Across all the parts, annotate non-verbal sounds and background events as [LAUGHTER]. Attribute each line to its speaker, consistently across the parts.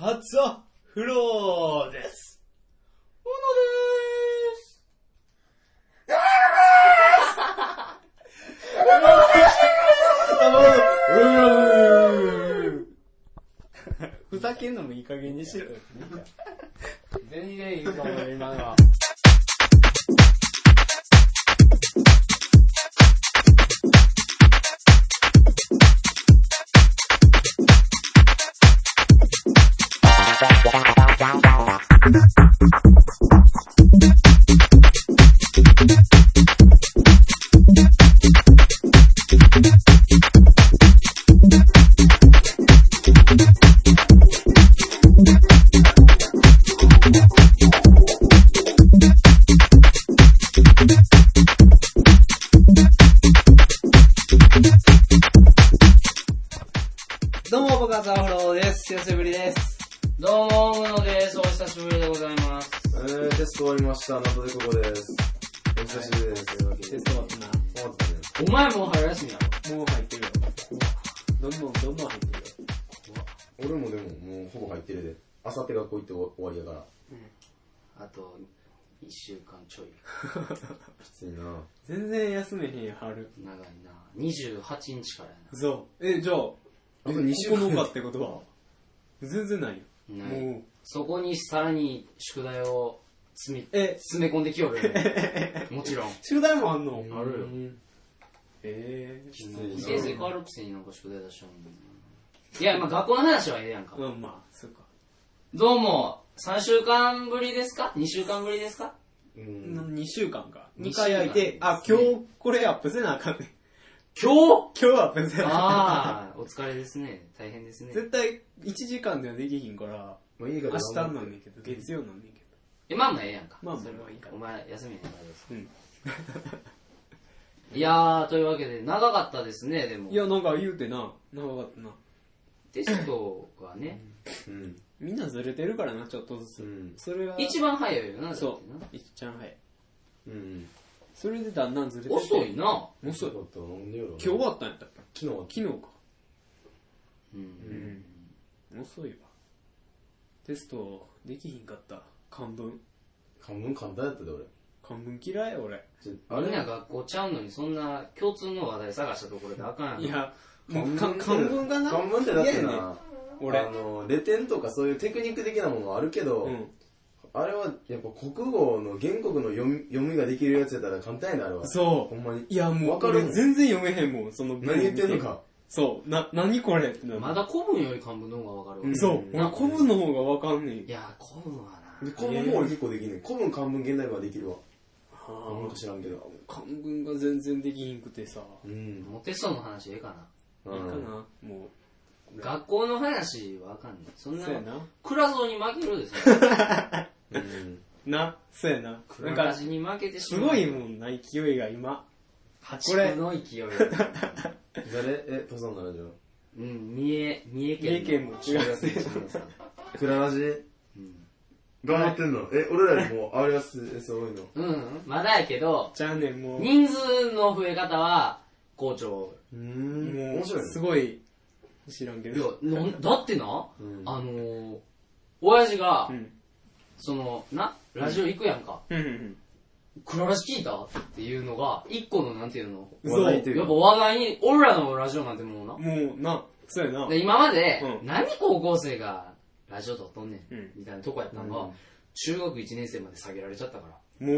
Speaker 1: マツオフローです。
Speaker 2: 小野です。
Speaker 1: ふざけんのもいい加減にしてる。
Speaker 2: 全然いいかもね、今のは。
Speaker 1: どうも、僕はザワフローです。久しぶりです。
Speaker 2: どうも、小野です。お久しぶりでございます。
Speaker 3: えー、テスト終わりました。ナトでここです。お久しぶりです。というわけ
Speaker 1: テ
Speaker 3: で
Speaker 1: スト終わったな。
Speaker 3: 終わったね。
Speaker 2: お前もう春休みや
Speaker 1: もう入ってるよ。どんどんどんどん入ってるよ。
Speaker 3: 俺もでも、もうほぼ入ってるで。あさって学校行って終わりやから。
Speaker 2: ろ。あと、一週間ちょい。
Speaker 3: きついな
Speaker 1: 全然休めへんや、春。
Speaker 2: 長いな。28日からや
Speaker 1: そう。え、じゃあ、
Speaker 3: あと2週
Speaker 1: 9日
Speaker 3: 間。
Speaker 1: ってことは全然ないよ。
Speaker 2: な。ね
Speaker 1: もう。
Speaker 2: そこにさらに宿題を詰め、
Speaker 1: え、
Speaker 2: 詰め込んできよるよ
Speaker 1: [LAUGHS]
Speaker 2: ね。もちろん。
Speaker 1: 宿題もあんの
Speaker 3: あるよ
Speaker 1: うんえ
Speaker 3: きつ
Speaker 2: 2
Speaker 3: い
Speaker 2: 年生変わるくせになんか宿題出しちゃうんだよないや、まあ学校の話はええやんか
Speaker 1: ー。。うん、まあ、そうか。
Speaker 2: どうも、3週間ぶりですか ?2 週間ぶりですか
Speaker 3: なうん。
Speaker 1: 2週間か。
Speaker 2: 二
Speaker 1: 2回空いて
Speaker 2: 週、間
Speaker 1: あ、今日これアップせなあかんね。 [LAUGHS]
Speaker 2: 今日
Speaker 1: 今日アップせなあかん。
Speaker 2: ああ、お疲れですね。大変ですね。
Speaker 1: 絶対1時間ではできひんから、
Speaker 3: まあいいか
Speaker 1: 明
Speaker 3: ら
Speaker 1: 日なんねんけど、月曜なんねんけ
Speaker 2: え、まあまあええやんか。
Speaker 1: まあまあ
Speaker 2: それはいいから。お前、休みやからです。
Speaker 1: ど。うん。
Speaker 2: いやー、というわけで、長かったですね、でも
Speaker 1: い。や、なんか言うてな、長かったな。
Speaker 2: テストがね、
Speaker 3: うん。
Speaker 1: みんなずれてるからな、ちょっとず
Speaker 3: う
Speaker 1: つ。
Speaker 3: ん。
Speaker 1: それは、
Speaker 2: 一番早いよな、
Speaker 1: そ
Speaker 2: だっ
Speaker 1: う、
Speaker 2: て
Speaker 1: いっちゃん早い。
Speaker 3: うん。
Speaker 1: それでだんだんずれて
Speaker 2: な
Speaker 1: て
Speaker 2: 遅いな。
Speaker 1: 遅い。
Speaker 3: かった。飲んでよろ。
Speaker 1: 今日終わったんやったっけ
Speaker 3: 昨日は
Speaker 1: 昨日か。
Speaker 2: う。
Speaker 1: うんん。遅いわ。テストできひんかった。漢文。
Speaker 3: 漢文簡単やったで俺。
Speaker 1: 漢文嫌い俺。
Speaker 3: ちょ
Speaker 2: みんな学校ちゃうのに、そんな共通の話題探したところであかんやん。
Speaker 1: いや、もう
Speaker 3: 漢
Speaker 1: か
Speaker 3: 文
Speaker 1: 漢文がな。
Speaker 3: 漢文ってだって
Speaker 1: 嫌やね
Speaker 3: な、
Speaker 1: 俺
Speaker 3: あの、レ点とかそういうテクニック的なものはあるけど、
Speaker 1: うん。
Speaker 3: あれはやっぱ国語の原告の読み読みができるやつやったら簡単やな、あれは。
Speaker 1: そ
Speaker 3: ほんまに。
Speaker 1: う。いや、もう、
Speaker 3: わかる
Speaker 1: 俺全然読めへんもん、その文を
Speaker 3: 何言っ
Speaker 1: 見
Speaker 3: てんのか。
Speaker 1: そう、な、何これってなる
Speaker 2: まだ古文より漢文の方がわかるわ。
Speaker 3: うん
Speaker 1: そう、
Speaker 3: な
Speaker 1: 俺古文の方がわかんね
Speaker 2: いやー、古文はな。
Speaker 3: で古文も俺結構できんねん。古文、漢文、現代文はできるわ。
Speaker 1: え。
Speaker 3: なんか知らんけど。
Speaker 1: 漢文が全然できひんくてさ。
Speaker 3: うん。
Speaker 2: モテそうの話ええかな。
Speaker 1: いいかな、も
Speaker 2: 学校の話はあかんねん。そん
Speaker 1: う。
Speaker 2: な
Speaker 1: そうや、な。
Speaker 2: クラゾに負けるですね。
Speaker 3: うん。
Speaker 1: な、そうやな。
Speaker 2: ク
Speaker 1: なん
Speaker 2: ラ
Speaker 1: か、
Speaker 2: ジに負けてし
Speaker 1: す
Speaker 2: まう。
Speaker 1: ごいもんな、勢いが今。
Speaker 2: 八分の勢いだね。
Speaker 3: 誰え、パソンのラジオ。
Speaker 2: うん、三重、三重
Speaker 1: 三重県
Speaker 2: 県
Speaker 1: の
Speaker 2: の
Speaker 1: 中学生
Speaker 3: クララジ
Speaker 2: うん
Speaker 3: 頑張ってんのえ、俺らよりも RSS 多いの。
Speaker 2: うん、まだやけど、
Speaker 1: じゃあね、もう、も
Speaker 2: 人数の増え方は、校長。
Speaker 3: うーん。面
Speaker 1: う、
Speaker 3: 白い
Speaker 1: す
Speaker 3: ね。
Speaker 1: ごい、知らんけ
Speaker 2: いや
Speaker 1: ど。、
Speaker 2: なんだってな、
Speaker 3: うん
Speaker 2: あのー、親父が、
Speaker 1: うん。
Speaker 2: その、な、ラジオ行くやんか。
Speaker 1: うんうん
Speaker 2: クララジ聞いたっていうのが、一個のなんていうの、
Speaker 1: うん。
Speaker 3: 話題と
Speaker 1: そ
Speaker 3: いう
Speaker 2: やっぱ話題に、俺らのラジオなんてもうな
Speaker 1: う。。もう、な、そうやな。
Speaker 2: で今まで、
Speaker 1: うん
Speaker 2: 何高校生がラジオ撮っとんねん、
Speaker 1: うん
Speaker 2: みたいなとこやったのが、
Speaker 3: うん
Speaker 2: 中学1年生まで下げられちゃったから。
Speaker 1: も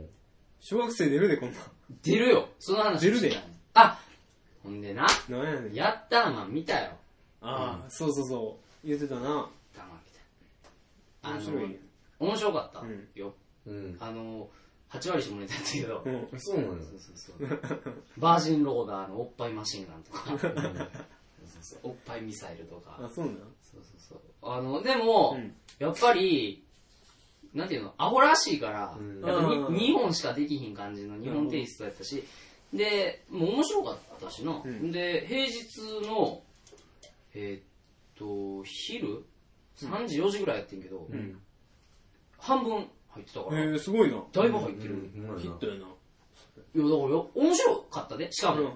Speaker 1: う、
Speaker 3: う
Speaker 1: 小学生出るで、こんな
Speaker 2: 出るよその話
Speaker 1: 出るで
Speaker 2: してたのあほんでな、
Speaker 1: ん。なんやねん。
Speaker 2: ヤッターマン見たよ。
Speaker 1: ああ、そうそうそう。言ってたな。
Speaker 2: ヤッターマ
Speaker 1: 面
Speaker 2: ン見た。
Speaker 1: 白いね。
Speaker 2: あの、面白かった、
Speaker 1: うん
Speaker 2: よ。
Speaker 3: ん。うん。
Speaker 2: あの、8割してもらえたんだけど、
Speaker 1: うん。
Speaker 3: そうなの
Speaker 2: そうそうそう。バージンローダーのおっぱいマシンガンとか、そうそうそうおっぱいミサイルとか。
Speaker 1: あ、そうな
Speaker 2: そうそうそう。あの、でも、
Speaker 1: うん
Speaker 2: やっぱり、なんていうの、アホらしいから、
Speaker 3: うん
Speaker 2: やっぱに
Speaker 1: うん
Speaker 2: 日本しかできひん感じの日本テイストやったし、で、もう面白かったしな。
Speaker 1: うん
Speaker 2: で、平日の、えーっと、昼 ?3 時、4時ぐらいやってんけど、
Speaker 1: ん
Speaker 2: 半分入ってたから、
Speaker 1: の。えー、すごいな。
Speaker 2: だいぶ入ってる。
Speaker 3: うんほんま
Speaker 1: ヒ
Speaker 3: や
Speaker 1: ッ
Speaker 3: な
Speaker 1: トやな。
Speaker 2: いや、だからよ、面白かったで、しか
Speaker 1: うんうん
Speaker 2: も、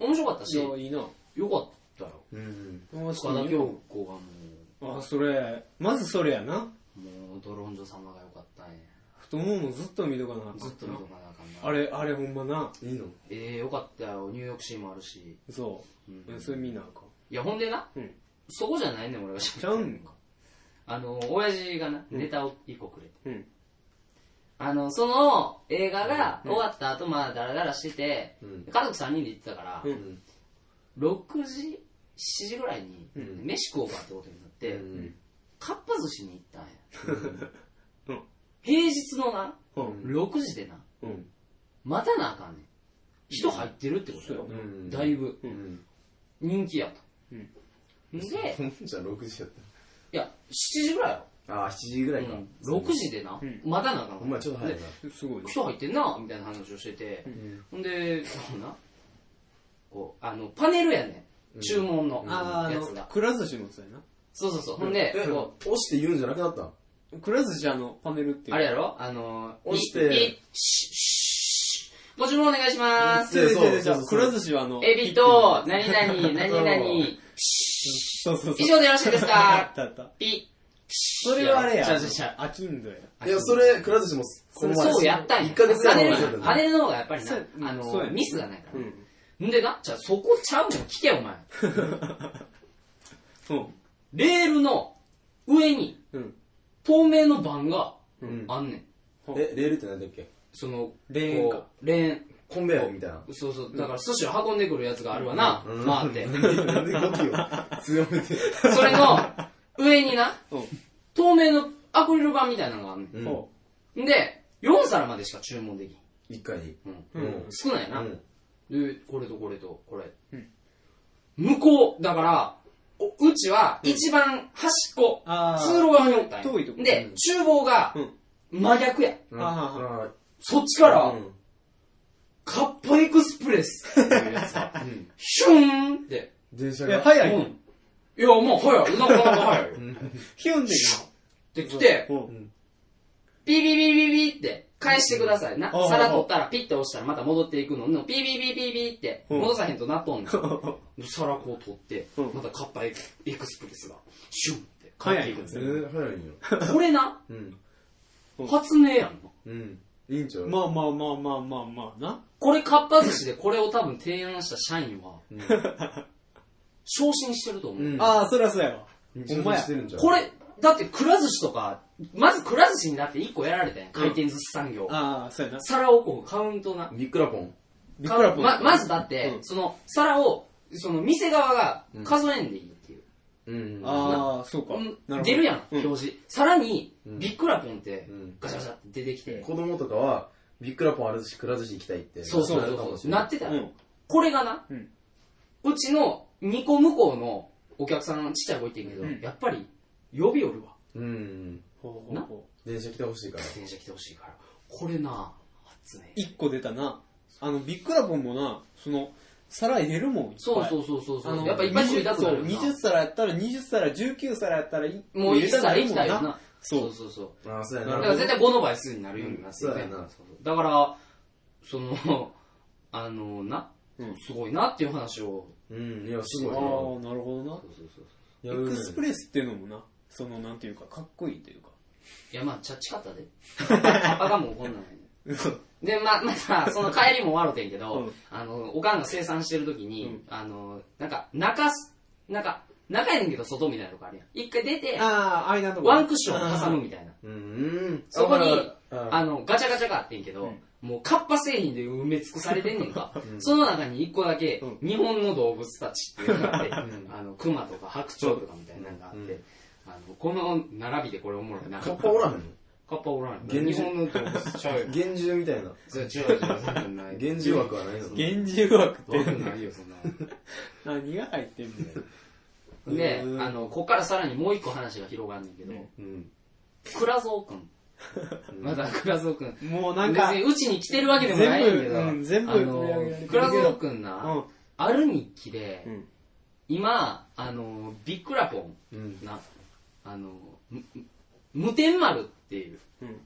Speaker 2: 面白かったし、
Speaker 1: うん。いや、いいな。
Speaker 2: よかったよ。
Speaker 3: うん。
Speaker 1: 友達
Speaker 2: 岡田
Speaker 1: いい
Speaker 2: 京
Speaker 1: よ
Speaker 2: 子がもう、
Speaker 1: あ、それ、まずそれやな。
Speaker 2: もうドロンジョ様が良かったね
Speaker 1: 太ももずっと見とかなあかんな
Speaker 2: ずっと見とかなあかんな
Speaker 1: あれ、あれほんまな。
Speaker 3: いいの
Speaker 2: ええよかったよニューヨークシーもあるし
Speaker 1: そう。
Speaker 2: うん
Speaker 1: えそれ見なあかん。
Speaker 2: いやほんでな
Speaker 1: うん。
Speaker 2: そこじゃないねん俺が知
Speaker 1: ちゃうんか
Speaker 2: あの親父がなネタを一個くれて
Speaker 1: うん。
Speaker 2: あのその映画が終わった後まあダラダラしてて、
Speaker 3: うん
Speaker 2: 家族3人で行ってたから、
Speaker 1: う
Speaker 3: うんん。
Speaker 2: 6時7時ぐらいに
Speaker 3: ん
Speaker 2: 飯食おうかってことになって、
Speaker 3: うん
Speaker 2: かっぱ寿司に行ったんや
Speaker 1: [LAUGHS] うん。
Speaker 2: 平日のな、
Speaker 1: うん
Speaker 2: 6時でな
Speaker 1: うん。
Speaker 2: 待たなあかんねん人入ってるってことよ、
Speaker 1: そう
Speaker 3: やな
Speaker 2: だいぶ
Speaker 3: うん。
Speaker 2: 人気やと、
Speaker 1: うん
Speaker 2: んで
Speaker 3: ほんじゃ6時やっ
Speaker 2: いや7時ぐらいよ、
Speaker 3: た。ああ、7時ぐらいか。
Speaker 2: うん、6時でな、
Speaker 1: うん
Speaker 2: 待たなあかん
Speaker 3: ほんまちょっと早い
Speaker 2: で
Speaker 3: な。
Speaker 1: すごいね。
Speaker 2: 人入ってんなみたいな話をしてて、ほんでこうなこうあのパネルやねん注文の
Speaker 1: あー、
Speaker 2: や
Speaker 1: あ
Speaker 2: つ
Speaker 1: の
Speaker 2: が、、
Speaker 1: くら寿司もそうやな。
Speaker 2: そうそうそうほんで、
Speaker 3: え、
Speaker 2: こう
Speaker 3: 押して言うんじゃなくなったん
Speaker 1: くら寿司あの、パネルっていう。
Speaker 2: あれやろあのー、
Speaker 3: 押して
Speaker 2: いいシュッシュッご注文お願いします。
Speaker 1: そうそうそう
Speaker 3: そう
Speaker 1: そ。
Speaker 3: そうう
Speaker 1: くら寿司はあの、
Speaker 2: エビと、何々、何々、
Speaker 1: そうそうそう。
Speaker 2: 以上でよろしいです
Speaker 1: [LAUGHS]
Speaker 2: か
Speaker 1: あったあった。
Speaker 2: ピ
Speaker 1: それはあれや。
Speaker 2: ちゃうちゃうちゃう
Speaker 1: あきんどや。
Speaker 3: いや、それ、くら寿司も、
Speaker 2: ッそうやったんや。
Speaker 3: 1ヶ月ぐらい
Speaker 2: パネ
Speaker 3: 前
Speaker 2: ル
Speaker 3: に
Speaker 2: パネルの方がやっぱりな
Speaker 1: そう、
Speaker 2: あの
Speaker 1: そうや
Speaker 2: ー、
Speaker 1: ね
Speaker 2: ミスがないか
Speaker 1: う
Speaker 2: ら。
Speaker 1: ん。
Speaker 2: んでな、じゃあそこちゃうの聞けよお前。
Speaker 1: うん。
Speaker 2: レールの上に
Speaker 1: うん。
Speaker 2: 透明の板が
Speaker 3: うん
Speaker 2: あんねん。
Speaker 3: え、レールってなんだっけ
Speaker 2: その、
Speaker 1: レーンか
Speaker 2: こうレーン。
Speaker 3: コンベヤーみたいな。
Speaker 2: そうそう、だから寿司を運んでくるやつがあるわな、回って。
Speaker 3: なんで語気を強めて。
Speaker 2: それの上にな、
Speaker 1: うん。
Speaker 2: 透明のアクリル板みたいなのがあんねん。
Speaker 3: うん
Speaker 1: ほ
Speaker 2: んで、4皿までしか注文できん。
Speaker 3: 一回に。
Speaker 2: うん。
Speaker 1: うん
Speaker 2: 少ないな、
Speaker 3: うん
Speaker 2: で、これとこれとこれ。
Speaker 1: うん
Speaker 2: 向こう、だから、おうちは一番端っこ、
Speaker 1: あー
Speaker 2: 通路側におったんや
Speaker 1: 遠いとこ
Speaker 2: で、厨房が
Speaker 1: うん
Speaker 2: 真逆や。
Speaker 1: あは
Speaker 3: ああ
Speaker 2: そっちから、
Speaker 3: うん
Speaker 2: カッパエクスプレスっていうやつが、 [LAUGHS] シューンって。
Speaker 3: 電車
Speaker 1: う。え、
Speaker 3: が。
Speaker 1: 早いうの
Speaker 2: ん。いや、もう早い。なかなか早い。っ
Speaker 1: ヒュンで
Speaker 2: て来て、
Speaker 1: うん。
Speaker 2: ピーピーピーピーピーって返してくださいな。
Speaker 1: うん
Speaker 2: 皿取ったらピッて押したらまた戻っていくのに、ピーピーピーピーピーって
Speaker 1: うん
Speaker 2: 戻さへんとなっとんの。
Speaker 1: うん
Speaker 2: 皿こう取って
Speaker 1: うん、
Speaker 2: またカッパエクスプレスが、シュンって
Speaker 1: 早い
Speaker 2: 帰っていくんです
Speaker 3: 全
Speaker 2: よ。
Speaker 3: 然早いんよ。
Speaker 2: これな、
Speaker 3: うん。
Speaker 1: うん
Speaker 2: 発明やんの。
Speaker 3: うん。いいんちゃう
Speaker 1: まあまあまあまあまあまあな。
Speaker 2: これかっぱ寿司でこれを多分提案した社員は、昇進してると思う。
Speaker 3: うん
Speaker 1: ああ、そりゃそうやわ。ほ
Speaker 3: 自分
Speaker 1: んまや
Speaker 3: して。るんちゃう
Speaker 2: これ、だってくら寿司とか、まずくら寿司になって1個やられたやん。回転寿司産業。
Speaker 1: ああ、そうやな。
Speaker 2: 皿をこうカウントな。
Speaker 3: ビックラポン。
Speaker 1: ビックラポン
Speaker 2: ままずだって、
Speaker 1: うん
Speaker 2: その皿をその店側が数えんでいいっていう、
Speaker 3: うん
Speaker 1: ああ、そうか。
Speaker 2: うん出るやん、
Speaker 1: うん
Speaker 2: 表示さらに、
Speaker 3: うん
Speaker 2: ビックラポンって
Speaker 3: うん
Speaker 2: ガシャガシャって出てきて、
Speaker 3: 子供とかは、ビックラポンあるし、くら寿司行きたいって。
Speaker 2: そうそう
Speaker 3: なるか
Speaker 2: そ
Speaker 3: も
Speaker 2: う
Speaker 3: し
Speaker 2: そ
Speaker 3: れ
Speaker 2: う
Speaker 3: ない
Speaker 2: なってた
Speaker 1: う
Speaker 2: の、
Speaker 1: ん。
Speaker 2: これがな
Speaker 1: うん。
Speaker 2: うちの2個向こうのお客さんちっちゃい子いってんけど、
Speaker 1: うん
Speaker 2: やっぱり呼び寄るわ
Speaker 3: うん。
Speaker 1: ほうほうほう。
Speaker 3: 電車来てほしいから。
Speaker 2: 電車来てほしいからこれな発明
Speaker 1: 一個出たな。あの、ビックラポンもな、その、皿入れるもん、いっぱい
Speaker 2: そうそうそうそう
Speaker 1: あ
Speaker 2: そう
Speaker 1: の
Speaker 2: やっぱいっぱい食いたくなるよな
Speaker 1: 20そう20皿やったら20皿19皿やったらい
Speaker 2: もう一
Speaker 1: 皿
Speaker 2: 切行きたいよな
Speaker 1: そう
Speaker 2: そうそうそう
Speaker 3: ああ、そうや
Speaker 1: な
Speaker 2: だ
Speaker 1: る
Speaker 2: か
Speaker 1: ほ
Speaker 2: ら
Speaker 1: ど
Speaker 2: 絶対5の倍数になるようになってるね
Speaker 3: うんそうやな
Speaker 2: そうそうだから、その、 [LAUGHS] あの、な、
Speaker 1: うん
Speaker 2: すごいなっていう話を。
Speaker 3: うん、いや、す
Speaker 1: ああ
Speaker 3: ごいね。
Speaker 1: ーなるほどな
Speaker 2: そうそうそう
Speaker 3: い
Speaker 1: エ
Speaker 3: やうん
Speaker 1: クスプレスっていうのもなそのなんていうかかっこいいというか
Speaker 2: いや、まあ、ちゃっちかったで。パパがもう怒んない。で、まあ、また、その帰りも笑うてんけど、
Speaker 1: うん
Speaker 2: あの、おかんが生産してる時に、
Speaker 1: うん
Speaker 2: あの、なんか、中す、なんか、中やねんけど外みたいなとこあるやん。一回出て、
Speaker 1: ああ間の
Speaker 2: ワンクッション挟むみたいな。
Speaker 3: うんうん。
Speaker 2: そこに
Speaker 3: あ、
Speaker 2: あの、ガチャガチャがあってんけど、
Speaker 1: うん
Speaker 2: もうカッパ製品で埋め尽くされてんねんか。その中に一個だけ、
Speaker 1: う
Speaker 2: 日本の動物たちっていうのがあって、
Speaker 3: ん
Speaker 2: [LAUGHS] あの、熊とか白鳥とかみたいなのがあって、
Speaker 3: うん
Speaker 2: あの、この並びでこれおもろいな。
Speaker 3: カッパおらへんの
Speaker 2: カッパおらん。
Speaker 3: 現実
Speaker 2: 日本の動物ちゃうよ。
Speaker 3: 厳重みたいな。
Speaker 2: それ違う違う、そんなんない。
Speaker 3: 厳重枠はないの
Speaker 1: 厳重枠って
Speaker 2: わかんないよ、そんな
Speaker 1: 何が入ってんのよ [LAUGHS]
Speaker 2: の。で、
Speaker 3: うん
Speaker 2: あの、こっからさらにもう一個話が広がんねんけど、
Speaker 3: うん。
Speaker 2: クラゾー君。まだクラゾー君。
Speaker 1: もうな
Speaker 2: 別
Speaker 1: んか
Speaker 2: にうちに来てるわけでもないねんけ
Speaker 1: 全
Speaker 2: ど、
Speaker 1: 部
Speaker 2: あ
Speaker 1: うん全部取り上げられてるけ
Speaker 2: の、
Speaker 1: ど
Speaker 2: クラゾー君な、
Speaker 1: うん
Speaker 2: ある日記で、
Speaker 1: うん
Speaker 2: 今、あの、ビックラポ
Speaker 3: うん
Speaker 2: ン。な、あの、むむ無天丸っていう
Speaker 1: うん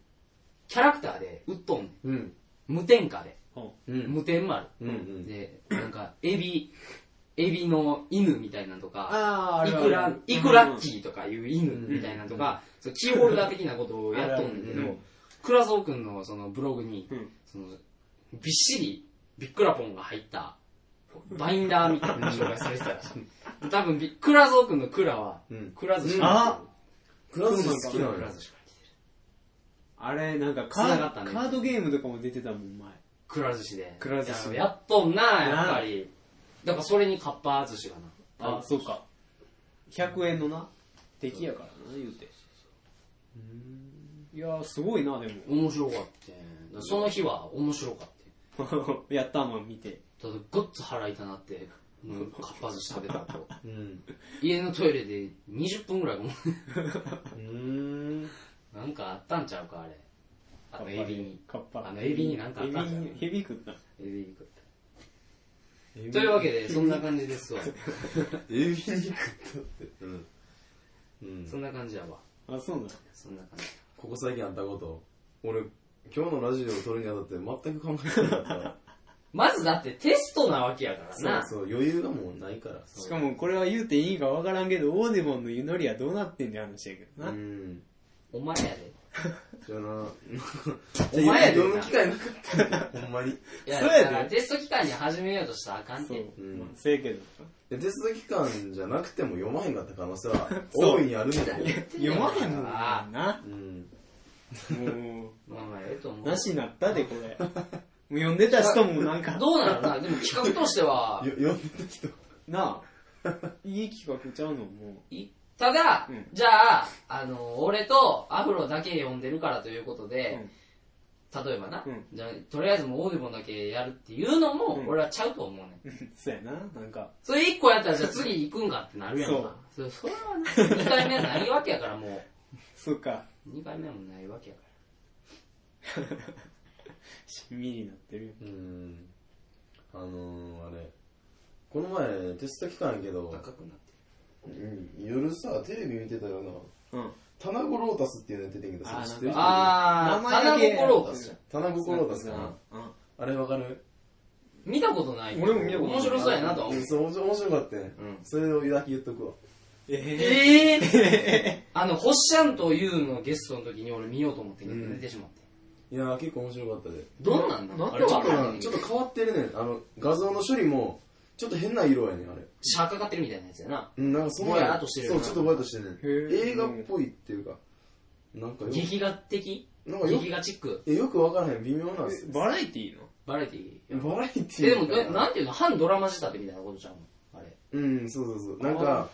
Speaker 2: キャラクターで売っとんねん
Speaker 3: うん。
Speaker 2: 無天下で。
Speaker 1: うん
Speaker 3: うん。
Speaker 2: 無天丸。
Speaker 3: うんうん
Speaker 2: で、なんか、エビ、エビの犬みたいなのとか、
Speaker 1: あ
Speaker 2: イクラ、イクラッキーとかいう犬みたいなのとか、そうキーホルダー的なことをやっとんねんけ
Speaker 3: うんう
Speaker 2: ど
Speaker 3: ん、
Speaker 2: 倉蔵くんのそのブログに、
Speaker 1: うん
Speaker 2: その、びっしり、ビックラポンが入った、バインダーみたいなのが紹介されてたらしい。多分ビ、倉蔵くんの倉は
Speaker 3: うん、
Speaker 2: 倉寿司
Speaker 3: うん
Speaker 2: から
Speaker 4: あ
Speaker 3: クラス好きなの
Speaker 2: 倉
Speaker 3: よ
Speaker 2: 寿。司から来てる。
Speaker 1: あれ、なんかカ
Speaker 2: 繋がっ
Speaker 1: ー
Speaker 2: た
Speaker 1: ド、
Speaker 2: ね
Speaker 1: カードゲームとかも出てたもん、前。
Speaker 2: 倉寿司で。
Speaker 1: くら寿司
Speaker 2: いややっとんな、やっぱり。だからそれにかっぱ寿司がな。
Speaker 1: あ、そうか。100円のな、出来やからな、言うて。うーんいやー、すごいな、で
Speaker 2: 面白かったよねだからその日は面白かったよ
Speaker 1: も。 [LAUGHS] やったの見て。
Speaker 2: ただごっつ腹痛なって、もうかっぱ寿司食べた後。
Speaker 3: うん。
Speaker 2: 家のトイレで20分ぐらいごめん
Speaker 3: うん。
Speaker 2: なんかあったんちゃうか、あれ。あのエビに。
Speaker 1: カッパ。
Speaker 2: あのエビになんかあ
Speaker 1: エ
Speaker 2: っ
Speaker 1: ビ
Speaker 2: たんちゃう
Speaker 1: に、エビ食った。
Speaker 2: エビに食った。というわけで、そんな感じですわ。
Speaker 1: [LAUGHS]
Speaker 3: エビに食ったって。うん。うん
Speaker 2: そんな感じやわ。
Speaker 1: あ、そうなの
Speaker 2: そんな感じ。
Speaker 3: ここ最近あったこと、俺、今日のラジオを撮るにあたって全く考えてなかった。
Speaker 2: まずだってテストなわけやから
Speaker 3: そう
Speaker 2: な。
Speaker 3: そう、余裕がもうないから。
Speaker 1: しかもこれは言うていいんかわからんけど、オーデモンの湯のりはどうなってんねん話やけど
Speaker 3: う
Speaker 1: な。
Speaker 3: ん。
Speaker 2: お前やで。
Speaker 3: じゃあな、なんか、
Speaker 2: お前やで
Speaker 3: 読む機会なかった。ほんまに。
Speaker 2: いや、
Speaker 1: そうやで
Speaker 2: だからテスト期間に始めようとしたらあかん
Speaker 1: そ
Speaker 2: て
Speaker 1: う。。
Speaker 3: うん
Speaker 1: まあ、せやけど。
Speaker 3: でテスト期間じゃなくても読まへんかった可能性は大いにあるんだよ。
Speaker 1: 読まへんもんな。
Speaker 3: うん。
Speaker 1: も
Speaker 2: まあまあ、ええと思
Speaker 1: う、
Speaker 2: う。
Speaker 1: なしなったで、これ。もう読んでた人も
Speaker 2: [LAUGHS]
Speaker 1: なんか、
Speaker 2: どうなのな、でも企画としては
Speaker 1: [LAUGHS]
Speaker 3: よ、読んでた人。
Speaker 1: なあ、いい企画ちゃうの、も
Speaker 2: いただ、
Speaker 1: うん
Speaker 2: じゃあ、あの、俺とアフロだけ読んでるからということで、例えばな、
Speaker 1: うん
Speaker 2: じゃあ、とりあえずもうオーディボンだけやるっていうのも、
Speaker 1: うん
Speaker 2: 俺はちゃうと思うねん。
Speaker 1: う。 [LAUGHS] そうやな、なんか。
Speaker 2: それ一個やったら、じゃあ次行くんかってなるやんか。そそれはな、二回目はないわけやから、も
Speaker 1: そうか、
Speaker 2: う。二回目もないわけやか
Speaker 1: しんみりなってるよ。
Speaker 3: うん。あのー、あれ。この前、テスト期間やけど
Speaker 2: ら。、高くなってる。
Speaker 3: うん夜さ、テレビ見てたよな。
Speaker 1: うん。
Speaker 3: タナゴロータスっていうのやってたんやけど、
Speaker 1: あー
Speaker 3: それ知ってる
Speaker 1: なんか
Speaker 2: あ
Speaker 1: 名
Speaker 2: ー、
Speaker 1: 前だけ
Speaker 2: 棚心を出すじゃん。
Speaker 3: タナゴロータスかな。
Speaker 1: うん。
Speaker 3: あれわかる
Speaker 2: 見たことない。
Speaker 1: 俺も見たことない
Speaker 2: 面白そうやなとは思う
Speaker 3: うん。そう、面白面白かったね。
Speaker 2: うん
Speaker 3: それをだけ言っとくわ。
Speaker 1: え
Speaker 2: えー、あの、ホッシャンとユウのゲストの時に俺見ようと思ってけど寝てしまって。
Speaker 3: いやー、結構面白かったで。
Speaker 2: どんなんなのあれ
Speaker 3: ちょっ
Speaker 2: わ
Speaker 3: と
Speaker 2: かんな
Speaker 3: な、
Speaker 2: い
Speaker 3: ちょっと変わってるね。あの、画像の処理も、ちょっと変な色やねん、あれ。
Speaker 2: シャーかかってるみたいなやつやな。
Speaker 3: うん、なんかその
Speaker 2: ぼやっとしてるよ
Speaker 3: そ
Speaker 2: な
Speaker 3: う、ちょっとぼやっとしてるね
Speaker 1: へー
Speaker 3: 映画っぽいっていうか、なんかよ
Speaker 2: 劇画的
Speaker 3: なんかよ
Speaker 2: 劇画チック
Speaker 3: えよくわからへん、微妙なんですよ。
Speaker 1: バラエティーの
Speaker 2: バラエティ
Speaker 3: バラエティ
Speaker 2: え、でも、
Speaker 3: ー
Speaker 2: えなんていうの反ドラマ仕立てみたいなことじゃん。あ
Speaker 3: [LAUGHS]
Speaker 2: れ。
Speaker 3: うん、そうそうそう。なんか、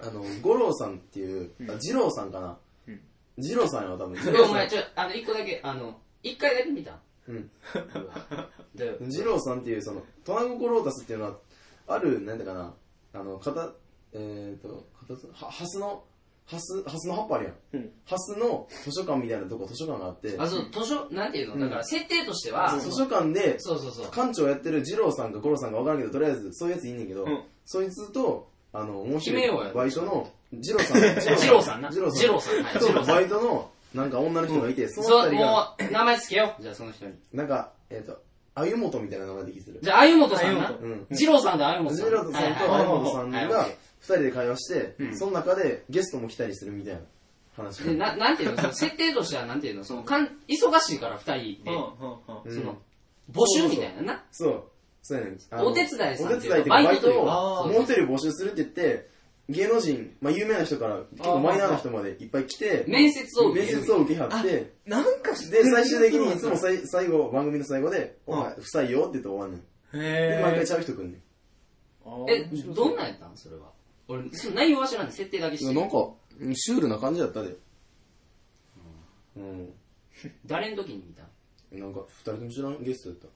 Speaker 3: あの、五郎さんっていう、あ、二郎さんかな。
Speaker 1: うん
Speaker 3: 二郎さんや
Speaker 2: [LAUGHS]
Speaker 3: わ、多分。二
Speaker 2: え、
Speaker 3: 郎
Speaker 2: お
Speaker 3: さ
Speaker 2: 前、
Speaker 3: ん。
Speaker 2: ちょ、あの、一個だけ、あの、一回だけ見た。 [LAUGHS]
Speaker 3: うん。
Speaker 2: うわで、
Speaker 3: [LAUGHS] 二郎さんっていう、その、トナゴコロータスっていうのは、ある、なんだかな、あの、かた、えっと、かた、は、ハスの、ハス、ハスの葉っぱあるやん。
Speaker 1: うん。
Speaker 3: ハスの図書館みたいなとこ、図書館があって、
Speaker 2: あ、そう、図書、なんていう
Speaker 3: う
Speaker 2: の
Speaker 3: ん
Speaker 2: だから、設定としては、
Speaker 3: 図書館で、
Speaker 2: そうそうそう。
Speaker 3: 館長やってる二郎さんか五郎さんか分からんけど、とりあえずそういうやついんねんけど、
Speaker 1: うん
Speaker 3: そいつと、あの、面白
Speaker 2: 姫をや
Speaker 3: い
Speaker 2: る
Speaker 3: バイトの二郎さ
Speaker 2: [LAUGHS]
Speaker 3: ん、
Speaker 2: ジローさんな。ジ
Speaker 3: 二
Speaker 2: ロ
Speaker 3: 郎
Speaker 2: ー
Speaker 3: さん
Speaker 2: さん。はい、ジロー
Speaker 3: と
Speaker 2: さん。
Speaker 3: バイトの、なんか女の人がいて、その
Speaker 2: そう、
Speaker 3: 二人が、
Speaker 2: もう、名前つけよう。じゃあ、その人に。
Speaker 3: なんか、えっ、と、あゆもとみたいな名前で聞いてる。
Speaker 2: じゃあ、あゆもとさん
Speaker 1: あゆ
Speaker 2: な
Speaker 1: も。と
Speaker 3: うん。
Speaker 2: ジローさんとあゆもと
Speaker 3: 二
Speaker 2: さん。
Speaker 3: 郎さんとあゆもとさん
Speaker 2: はいはいは
Speaker 3: が
Speaker 2: いはい
Speaker 3: 二人で会話して、
Speaker 1: うん
Speaker 3: その中でゲストも来たりするみたいな話。
Speaker 2: で、な、なんていうのその設定としては、なんていうのその、かん、忙しいから二人で、
Speaker 3: うん
Speaker 2: その、募集みたいなな。
Speaker 3: そう。そうやねん。あの
Speaker 2: お手伝いさん
Speaker 3: お手伝いっていう
Speaker 2: バ
Speaker 3: か、
Speaker 2: イト
Speaker 3: バイトを、
Speaker 1: あ
Speaker 3: も
Speaker 1: ー
Speaker 3: う一人募集するって言って、芸能人、まあ有名な人から、結構マイナーな人までいっぱい来て、
Speaker 2: 面接を受
Speaker 3: 面
Speaker 2: ける。
Speaker 3: 接を受けはって、
Speaker 1: なんかして
Speaker 3: で、最終的にいつも [LAUGHS] さい最後、番組の最後で、お前、不採用って言って終わんねん。で、毎
Speaker 1: へ
Speaker 3: 回ちゃう人来んね
Speaker 2: え、どんなんやったんそれは。俺、その内容は知らんねん設定だけして
Speaker 3: ん。
Speaker 2: る。
Speaker 3: か、シュールな感じだったで。うん。
Speaker 2: 誰の時に見た
Speaker 3: なんか、二人とも知らんゲストやった。
Speaker 2: うん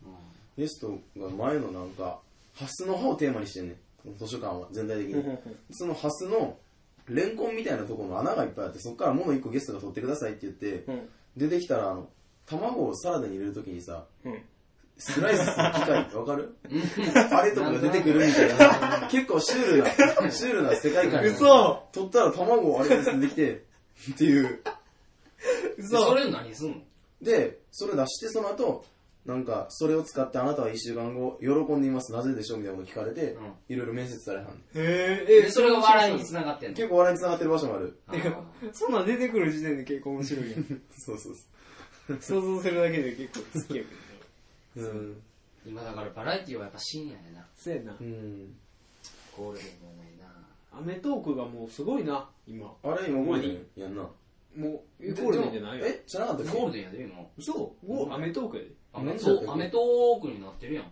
Speaker 3: ゲストが前のなんか、ハスの葉をテーマにしてんねん。この図書館は、全体的
Speaker 1: うんう
Speaker 3: に
Speaker 1: ん。
Speaker 3: そのハスの、レンコンみたいなところの穴がいっぱいあって、そこから物一個ゲストが取ってくださいって言って、
Speaker 1: うん。
Speaker 3: 出てきたら、あの、卵をサラダに入れるときにさ、
Speaker 1: うん。
Speaker 3: スライスする機械ってわかるあれとかが出てくるみたいな。結構シュールな、シュールな世界観。
Speaker 1: 嘘
Speaker 3: 取ったら卵をあれで進んできて、っていう。
Speaker 2: それ何すんの
Speaker 3: で、それ出してその後、なんか、それを使ってあなたは1週間後、喜んでいます、なぜでしょうみたいなこと聞かれて、
Speaker 2: うん
Speaker 3: いろいろ面接されはんねん
Speaker 1: へ
Speaker 2: でそれが笑いにつ
Speaker 1: な
Speaker 2: ながってんの
Speaker 3: 結構笑いに繋がってる場所もある。
Speaker 2: あー
Speaker 1: そんなん出てくる時点で結構面白いやん。
Speaker 3: そうそうそ
Speaker 1: [LAUGHS] 想像するだけで結構好きやけどね。
Speaker 3: う。うん。
Speaker 2: 今だからバラエティはやっぱ深夜やな
Speaker 1: そうやな
Speaker 3: う。ん。
Speaker 2: ゴールデンもないな
Speaker 1: アメトークがもうすごいな、今。
Speaker 3: あれ、今ゴールデンやんな。
Speaker 1: もう、ゴールデンじゃないよ。
Speaker 3: え、じゃなかったっけ
Speaker 2: ゴールデンやで今
Speaker 1: そうゴーアメトークやで。
Speaker 2: アメ
Speaker 3: なんだっ
Speaker 2: ト
Speaker 3: け
Speaker 2: アメトークになってるやん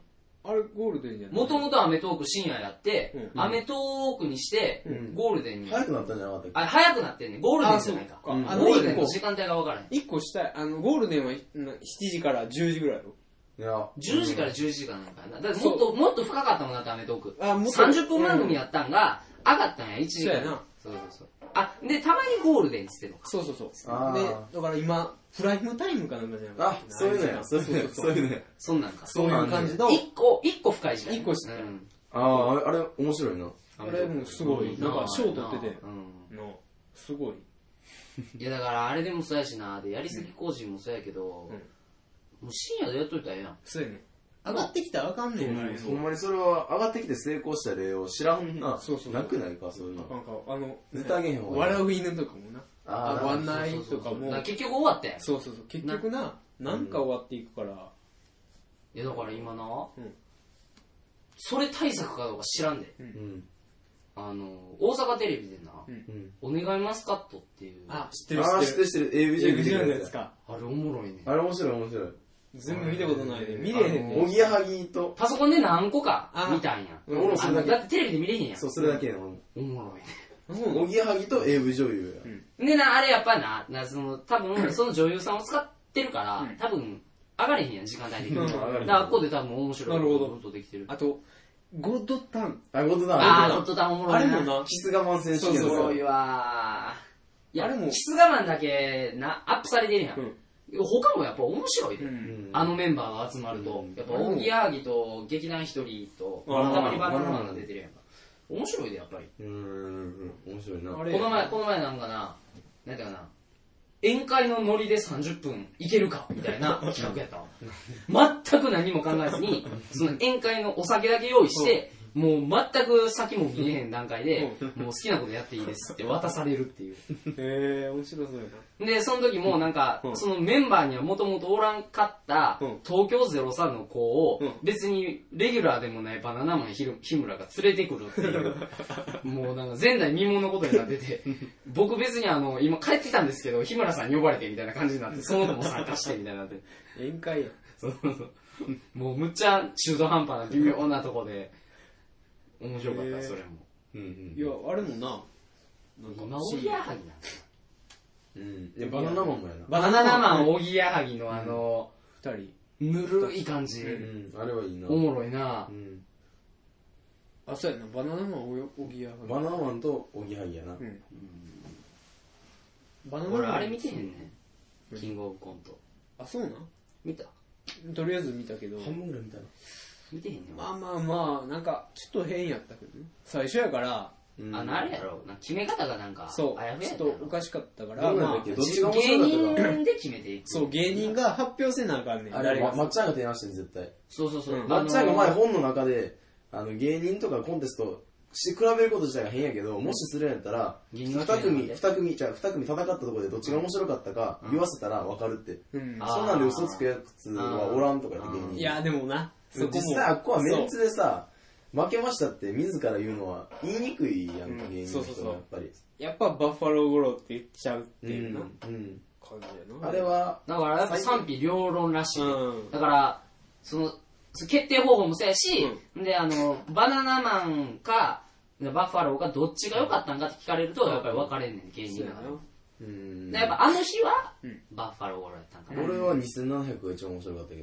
Speaker 1: あれ、ゴールデンじゃない
Speaker 2: もともとアメトーク深夜やって、
Speaker 1: うん
Speaker 2: アメトークにして、
Speaker 3: うん
Speaker 2: ゴールデンに、
Speaker 3: 早くなったんじゃなかったっけ
Speaker 2: あ早くなってんねゴールデンじゃないか
Speaker 1: あそうか
Speaker 2: うん
Speaker 1: あ
Speaker 2: ゴール
Speaker 1: で
Speaker 2: デン
Speaker 1: も
Speaker 2: の時間帯が分からへん
Speaker 1: 一個したい。あの、ゴールデンはな7時から10時ぐらいやろ。
Speaker 3: いや、
Speaker 2: 10時から11時間なんかなだってもっともっと深かったもんなってアメトーク
Speaker 1: あもっと
Speaker 2: 30分番組やったんが、上がったんや1時間
Speaker 1: そうやな
Speaker 2: そうそうそうあでたまにゴールデンっつってるの
Speaker 1: そうそうそう。
Speaker 3: あ
Speaker 1: で
Speaker 3: ー、
Speaker 1: だから今、プライムタイムかなんかじゃない
Speaker 3: あ、そういうのや、そういうのや、そういうのや。
Speaker 2: そんなんか
Speaker 1: そういう感じの、
Speaker 2: 1個一個深い時間
Speaker 1: 一個しか
Speaker 2: うん
Speaker 3: ああ、あれ、あれ、面白いな。
Speaker 1: あれもすごい。なんか賞取ってて。
Speaker 2: うん
Speaker 1: の、すごい。
Speaker 2: いやだからあれでもそうやしなでやりすぎ工事もそうやけど、
Speaker 1: うん
Speaker 2: もう深夜でやっといたらええやん
Speaker 1: そうやね。上がってきたらあかんねんな、
Speaker 3: ほんまにそれは、上がってきて成功した例を知らんな。
Speaker 1: そうそうそう
Speaker 3: なくないか、そういう
Speaker 1: な
Speaker 3: の。
Speaker 1: んか、あの、
Speaker 3: 絶対あげへん方がいい。
Speaker 1: 笑う犬とかもな。
Speaker 3: あー
Speaker 1: あご案内
Speaker 2: そうそうそう
Speaker 1: とかも
Speaker 2: だら結局終わったやんい
Speaker 1: そうそうそう。結局な、なんか終わっていくから、
Speaker 2: やだから今な、
Speaker 1: うん
Speaker 2: それ対策かどうか知らんで
Speaker 3: うん。
Speaker 2: あの大阪テレビでな
Speaker 1: うん
Speaker 3: うん。
Speaker 2: 「お願いマスカット」っていう
Speaker 1: あ、知ってる
Speaker 3: ああ、
Speaker 1: 知
Speaker 3: 知
Speaker 1: っ
Speaker 3: ってて
Speaker 1: る。
Speaker 3: る知ってる。ABJ 見てくれたや
Speaker 1: です
Speaker 3: つ。
Speaker 1: か。
Speaker 2: あれおもろいね
Speaker 3: あれ面白い、面白い。
Speaker 1: 全部見たことないで、見れへん
Speaker 3: お
Speaker 1: ね
Speaker 3: ぎやはぎと、
Speaker 2: パソコンで何個か
Speaker 1: あ
Speaker 2: 見たんや
Speaker 3: 俺もそ
Speaker 2: あ
Speaker 3: れ
Speaker 2: の
Speaker 3: だ
Speaker 2: だ
Speaker 3: け。
Speaker 2: ってテレビで見れへんやん
Speaker 3: そう、それだけやな。
Speaker 2: おもろいね
Speaker 1: そう
Speaker 3: おぎやはぎと AV 女優や。
Speaker 2: でな、あれやっぱな、なその、多分その女優さんを使ってるから、多分上がれへんやん、時間帯的に。
Speaker 1: うん
Speaker 2: だか
Speaker 3: 上がれへん
Speaker 2: ら、ここで多分面白い
Speaker 1: なるほど
Speaker 2: ことできてる。
Speaker 1: あと、ゴッドタン。
Speaker 3: あ、こと
Speaker 2: あ
Speaker 3: だ。
Speaker 2: ー、ゴッドタンおもろ
Speaker 1: あ
Speaker 2: い
Speaker 1: れ
Speaker 2: な。
Speaker 1: もな、
Speaker 3: 質が満選手権
Speaker 1: そう
Speaker 2: おも
Speaker 1: そ
Speaker 2: ろ
Speaker 1: う
Speaker 2: いわー。いや、
Speaker 1: あれも
Speaker 2: キス我慢だけな、アップされてるやん。
Speaker 1: うん
Speaker 2: 他もやっぱ面白いで。
Speaker 1: うん
Speaker 2: あのメンバーが集まると、やっぱ、
Speaker 1: うん
Speaker 2: 大木ヤーギと劇団一人と、
Speaker 1: あー
Speaker 2: たまにバナナマンが出てるやんか。面白いで、やっぱり。
Speaker 3: うんうんうん、面白いな。
Speaker 1: あれ
Speaker 2: この前、この前なんかな、なんていうかな、宴会のノリで30分いけるかみたいな企画やったわ。 [LAUGHS] 全く何も考えずに、その宴会のお酒だけ用意して、もう全く先も見えへん段階で、もう好きなことやっていいですって渡されるっていう。
Speaker 1: へえ面白そうやな。
Speaker 2: で、その時もなんか
Speaker 1: う、ん
Speaker 2: そのメンバーにはもともとおらんかった
Speaker 1: うん、
Speaker 2: 東京03の子を
Speaker 1: うん、
Speaker 2: 別にレギュラーでもないバナナマンひる日村が連れてくるって
Speaker 1: [LAUGHS]
Speaker 2: いう、もうなんか前代未聞のことになってて、僕別にあの、今帰ってきたんですけど、日村さんに呼ばれてみたいな感じになって、その子も参加してみたいになって、 [LAUGHS]
Speaker 1: 宴会や。
Speaker 2: そうそうそうもうむっちゃ中途半端な微妙なとこで、面白かっ
Speaker 1: へ
Speaker 2: た、
Speaker 1: ー
Speaker 2: それも。
Speaker 3: うん
Speaker 1: いや、あれもな、
Speaker 2: 今、おぎやはぎな。
Speaker 3: うん。うん。いや、バナナマンもやな。
Speaker 2: バナナマン、おぎやはぎのあの、
Speaker 1: 二人。
Speaker 2: ぬるい感じ。
Speaker 3: うん、あれはいいな。
Speaker 2: おもろいな
Speaker 3: うん。
Speaker 1: あ、そうやな、バナナマンおよおぎやはぎ。
Speaker 3: バナナマンとおぎやはぎやな。
Speaker 1: うん。バナナ
Speaker 2: 俺
Speaker 1: マン。
Speaker 2: あれ見てへんねんキングオブコント
Speaker 1: あ、そうなん
Speaker 2: 見た
Speaker 1: とりあえず見たけど。
Speaker 3: 半分ぐらいみたいな。
Speaker 2: 見てへんねん
Speaker 1: まあまあまあ、なんか、ちょっと変やったけどね。最初やから、
Speaker 3: うん
Speaker 2: あのあれやろなんか決め方がなんか
Speaker 1: そ
Speaker 2: あや
Speaker 1: う、
Speaker 2: ふや
Speaker 1: ちょ
Speaker 2: や
Speaker 1: っと
Speaker 2: ったや
Speaker 1: お
Speaker 2: ろ
Speaker 1: かしかったから、
Speaker 3: どうなんだ
Speaker 1: ま
Speaker 3: っ
Speaker 1: あ
Speaker 3: け、どっちが面白かったか。
Speaker 2: 芸人で決めていく
Speaker 1: そう、芸人が発表せなあかんねん。
Speaker 3: あれ、
Speaker 1: 誰
Speaker 3: ま
Speaker 1: が。
Speaker 3: まっちゃんが提案してん、絶対。
Speaker 2: そうそうそう
Speaker 1: うん
Speaker 2: あ
Speaker 3: ま
Speaker 2: の
Speaker 3: っちゃんが前本の中で、あの、芸人とかコンテストして比べること自体が変やけど、もしするんやったら、
Speaker 2: 芸人
Speaker 3: 二
Speaker 2: が決め
Speaker 3: 組、
Speaker 2: る
Speaker 3: 二組、じゃあ二組戦ったところでどっちが面白かったか言わせたら分かるって。
Speaker 1: うん
Speaker 2: あ。
Speaker 3: そんなんで嘘つくやつはおらんとかやって芸人。
Speaker 1: いや、でもな、そこも。
Speaker 3: 実際あっこはメンツ
Speaker 1: そう
Speaker 3: でさ、負けましたって自ら言うのは言いにくいやんか
Speaker 1: う、ん
Speaker 3: 芸人の
Speaker 1: そうそ
Speaker 3: 人
Speaker 1: うそう
Speaker 3: はやっぱり。
Speaker 1: やっぱバッファローゴロって言っちゃうって
Speaker 3: うん
Speaker 1: いうな、
Speaker 3: うん
Speaker 1: 感じやな。
Speaker 3: あれは、
Speaker 2: だからやっぱ賛否両論らしい、
Speaker 1: うん
Speaker 2: だからそのその決定方法もそうやし、であのバナナマンかバッファローがどっちが良かったんかって聞かれるとやっぱり分かれんねん芸
Speaker 1: そう
Speaker 2: 人
Speaker 1: や
Speaker 2: だから
Speaker 1: な。
Speaker 3: うん
Speaker 2: でやっぱあの日は
Speaker 1: うん
Speaker 2: バッファローがやったんかな
Speaker 3: 俺は2700が一番面白かったけ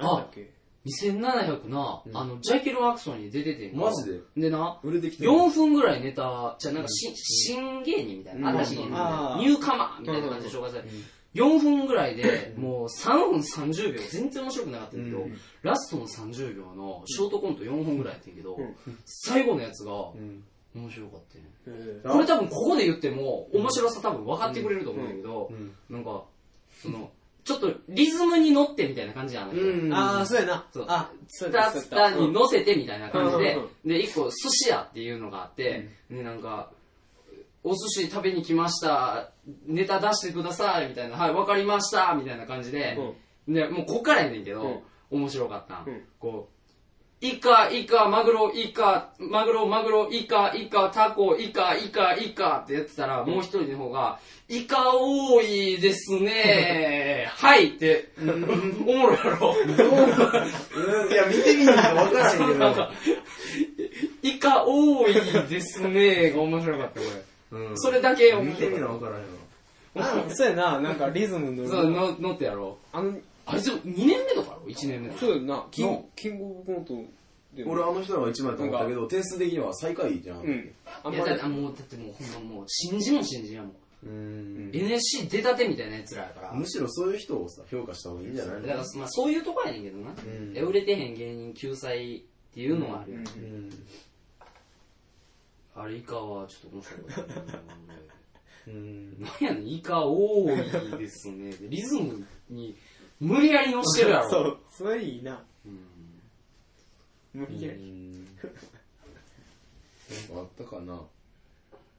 Speaker 1: なんだっけ
Speaker 2: 2700な、あの、ジャイケル・ワクソンに出ててんか
Speaker 3: マジで
Speaker 2: でな、
Speaker 3: 売れてきてる
Speaker 2: 4分ぐらいネタ、じゃあなんかし、新芸人みたいな、
Speaker 3: うん
Speaker 2: 新しい芸人みたいな
Speaker 1: あ、ー
Speaker 2: ニューカマーみたいな感じで紹介されて、4分ぐらいで、もう3分30秒、全然面白くなかったんだけど、ラストの30秒のショートコント4分ぐらいやってんけど
Speaker 1: ん、
Speaker 2: 最後のやつが
Speaker 3: ん
Speaker 2: 面白かったね。
Speaker 1: えー
Speaker 2: これ多分ここで言っても面白さ多分分かってくれると思うんだけど
Speaker 3: うん、
Speaker 2: なんか、その、ちょっとリズムに乗ってみたいな感じやな。
Speaker 3: うん
Speaker 1: ああ、そうやな。
Speaker 2: そう
Speaker 1: あ、そ
Speaker 2: ツ
Speaker 1: う
Speaker 2: タ
Speaker 1: やそうや
Speaker 2: ツタに乗せてみたいな感じで
Speaker 1: うんうんうん、
Speaker 2: で、一個寿司屋っていうのがあって、で、なんか、お寿司食べに来ました、ネタ出してください、みたいな、はい、わかりました、みたいな感じで、で、もうこっからやねんけど、面白かったん
Speaker 1: うん
Speaker 2: こう、イカ、イカ、マグロ、イカ、マグロ、マグロ、イカ、イカ、タコ、イカ、イカ、イカってやってたら、もう一人の方が、イカ多いですねはいって、
Speaker 1: [LAUGHS]
Speaker 2: おもろいやろ。
Speaker 3: いや、見てみないとわからへんけ
Speaker 2: なん
Speaker 3: ど
Speaker 2: か、イカ多いですねが面白かった、これ。
Speaker 3: うん。
Speaker 2: それだけ
Speaker 3: 見
Speaker 2: 面
Speaker 3: てみ
Speaker 2: 白
Speaker 3: な
Speaker 2: か
Speaker 3: わ
Speaker 2: っ
Speaker 3: からへんわ。
Speaker 1: あそうやな、なんかリズム
Speaker 2: た。
Speaker 1: の。
Speaker 2: そう、の乗ってやろう。
Speaker 1: あの、
Speaker 2: あいつ、2年目とかやろ ?1 年目とか。
Speaker 1: そうやな、キン
Speaker 3: の
Speaker 1: キングオブコントでも
Speaker 3: 俺あの人らが一枚と思ったけど、点数的には最下位じゃん。
Speaker 1: う。
Speaker 3: うん
Speaker 1: あん
Speaker 2: いや、
Speaker 1: ま
Speaker 2: だ
Speaker 1: り
Speaker 2: って、あもう、だってもう、ほんまもう、信じも信じやもん。
Speaker 3: ーん。
Speaker 2: NSC 出たてみたいなやつらやから。
Speaker 3: むしろそういう人をさ、評価した方がいいんじゃないの
Speaker 2: だから、まあ、そういうとこやねんけどな。
Speaker 3: ん
Speaker 2: 売れてへん芸人救済っていうのはあるよ、
Speaker 1: うん
Speaker 3: うん。
Speaker 2: あれ、イカはちょっと面白かったな。
Speaker 3: うん。
Speaker 2: なんやねん、イカ多いですね。でリズムに、無理やり乗してるやろ。
Speaker 1: そう、それいいな。
Speaker 2: うん
Speaker 1: 無理やり。
Speaker 3: あったかな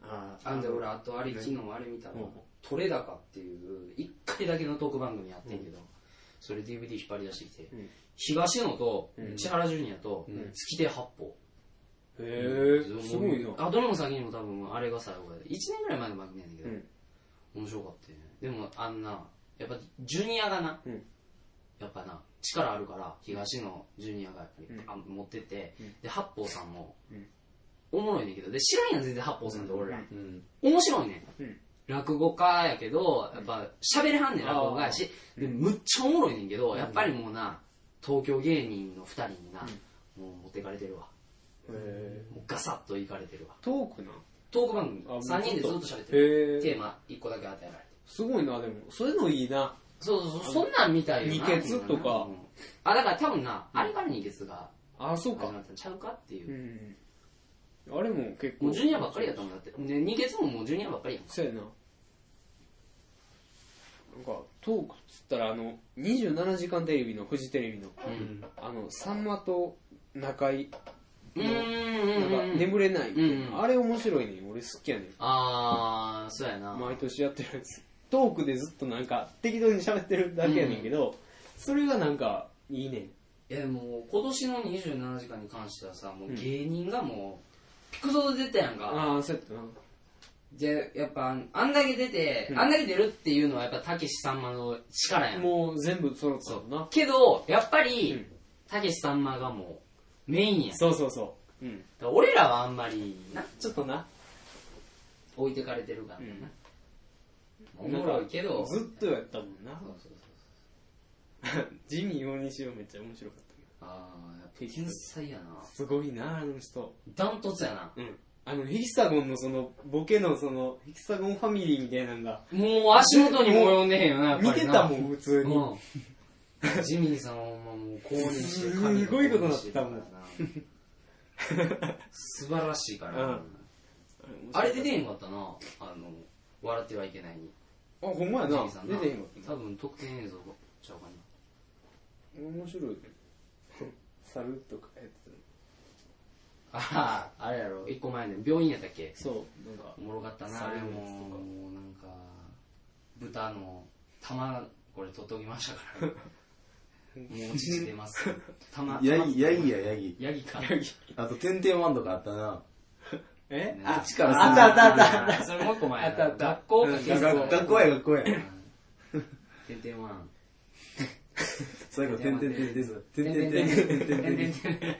Speaker 1: あ
Speaker 2: あんで俺あとあれ昨日あれ見たの「トレダカ」っていう1回だけのトーク番組やってんけど、それ DVD 引っ張り出してきて、
Speaker 1: うん
Speaker 2: 東野と千原ジュニアと
Speaker 3: ん
Speaker 2: 月亭八方、
Speaker 1: へえ、すごいな。
Speaker 2: あどれも先にも多分あれが最後やで1年ぐらい前の番組やねんけど、
Speaker 1: うん
Speaker 2: 面白かったよねでもあんなやっぱジュニアがな、
Speaker 1: うん
Speaker 2: やっぱな力あるから東野ジュニアがやっぱり、あ持ってて、で八方さんも、
Speaker 1: うん
Speaker 2: おもろいねんけどで知らんやん全然八方さんって俺ら、
Speaker 3: うん。
Speaker 2: 面白いね、
Speaker 1: うん
Speaker 2: 落語家やけどやっぱ喋れはんねん落語家やしでむっちゃおもろいねんけどやっぱりもうな東京芸人の2人にな、もう持ってかれてるわ
Speaker 1: へ
Speaker 2: もうガサッといかれてるわ
Speaker 1: ートークなん
Speaker 2: トーク番組
Speaker 1: あもう
Speaker 2: 3人でずっと喋ってる
Speaker 1: へ
Speaker 2: テ
Speaker 1: え、
Speaker 2: ーマ1個だけ与えられて
Speaker 1: すごいな、でも。そういうのいいな。
Speaker 2: そうそうそうそんなんみたいよな
Speaker 1: 二血とか
Speaker 2: うんあだから多分なあれから二血が
Speaker 1: あ、そう
Speaker 2: 始
Speaker 1: か。
Speaker 2: まったんちゃうかっていうう、
Speaker 1: ん。あれも結構。
Speaker 2: もうジュニアばっかりやったもんだってで二血ももうジュニアばっかりやん
Speaker 1: そうやな。なんか、トークっつったら、あの、27時間テレビの、フジテレビの、
Speaker 2: うん
Speaker 1: あの、さんまと中居、
Speaker 2: うんう
Speaker 1: な
Speaker 2: ん
Speaker 1: んか、
Speaker 2: うんうん
Speaker 1: 眠れない、
Speaker 2: うんうん
Speaker 1: あれ面白いねん俺好きやねん。
Speaker 2: ああそうやな
Speaker 1: 毎年やってるやつ。トークでずっとなんか、適当に喋ってるだけやねんけど、それがなんか、いいねん。
Speaker 2: いやもう今年の27時間に関してはさもう芸人がもうピクソーで出たやんか、
Speaker 1: ああ、そうやったな。
Speaker 2: でやっぱあんだけ出て、
Speaker 1: うん
Speaker 2: あんだけ出るっていうのはやっぱたけしさんまの力やん
Speaker 1: もう全部揃った
Speaker 2: そ
Speaker 1: も
Speaker 2: うん
Speaker 1: な。
Speaker 2: けどやっぱ
Speaker 1: う
Speaker 2: り
Speaker 1: ん
Speaker 2: たけしさんまがもうメインやんだか
Speaker 1: そうそうそう。うん。
Speaker 2: ら俺らはあんまりな
Speaker 1: ちょっとな。
Speaker 2: 置いてかれてるからな、
Speaker 1: う
Speaker 2: お
Speaker 1: ん
Speaker 2: もろいけど
Speaker 1: ずっとやったもんな
Speaker 2: そう。そうそう
Speaker 1: [LAUGHS] ジミー大西はめっちゃ面白かったけど。
Speaker 2: ああやっぱ天才やな
Speaker 1: すごいな、あの人。
Speaker 2: ダントツやな
Speaker 1: うん。あの、ヒキサゴンのその、ボケのその、ヒキサゴンファミリーみたいなの
Speaker 2: [LAUGHS]
Speaker 1: が、
Speaker 2: もう足元にも及んでへんよなやっぱ
Speaker 1: 見
Speaker 2: りな
Speaker 1: てたもん、普通に。
Speaker 2: うん、ジミーさんはほんまもう公認して
Speaker 1: すごいことになってたもん
Speaker 2: 神公認してるからな素晴らしいからな、
Speaker 1: うん
Speaker 2: あれ出て
Speaker 1: あ、
Speaker 2: へんかったなあの笑ってはいけないに
Speaker 1: ほんまや
Speaker 2: ジミ
Speaker 1: な
Speaker 2: ーさ。ん
Speaker 1: 出
Speaker 2: な
Speaker 1: てへんかった
Speaker 2: 多分特典映像ちゃうかな
Speaker 1: 面白い。サルとかやってた
Speaker 2: あああれやろ一個前の病院やったっけ
Speaker 1: そう、なんか
Speaker 2: お。もろかったな
Speaker 1: サ
Speaker 2: あ
Speaker 1: ル
Speaker 2: れ
Speaker 1: のやつと
Speaker 2: も
Speaker 1: か
Speaker 2: もうなんか豚の玉これ取っておきました
Speaker 1: [LAUGHS]
Speaker 2: からもう血出ます玉
Speaker 3: ヤ
Speaker 2: 玉
Speaker 3: ギ、ヤギやヤギ。
Speaker 2: ヤギか
Speaker 3: あと、てんてんワンとかあったな。
Speaker 1: え
Speaker 2: ね
Speaker 1: あ
Speaker 3: あっちから
Speaker 1: あったあったあったあった。
Speaker 2: [LAUGHS] それもう一個前やな
Speaker 1: あったあった
Speaker 2: 学校か
Speaker 1: うん
Speaker 2: 警察か
Speaker 3: 学校や学校や。
Speaker 2: てんてんわん。
Speaker 3: 最後、てんてんてんてん。てんてんてんてんてんてんてん。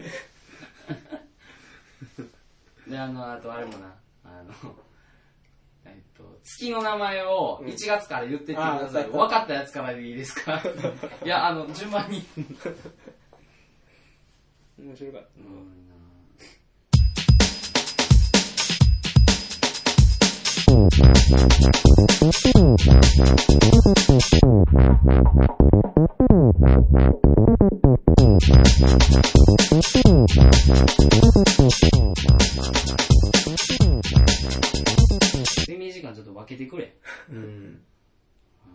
Speaker 2: で、あの、あとあれもな、あの、えっと、月の名前を1月から言ってってください。
Speaker 1: うん
Speaker 2: 分かったやつからでいいですかいや、あの、順番に。
Speaker 1: 面白かったな。
Speaker 2: 睡眠時間ちょっと分けてくれ。
Speaker 3: うん。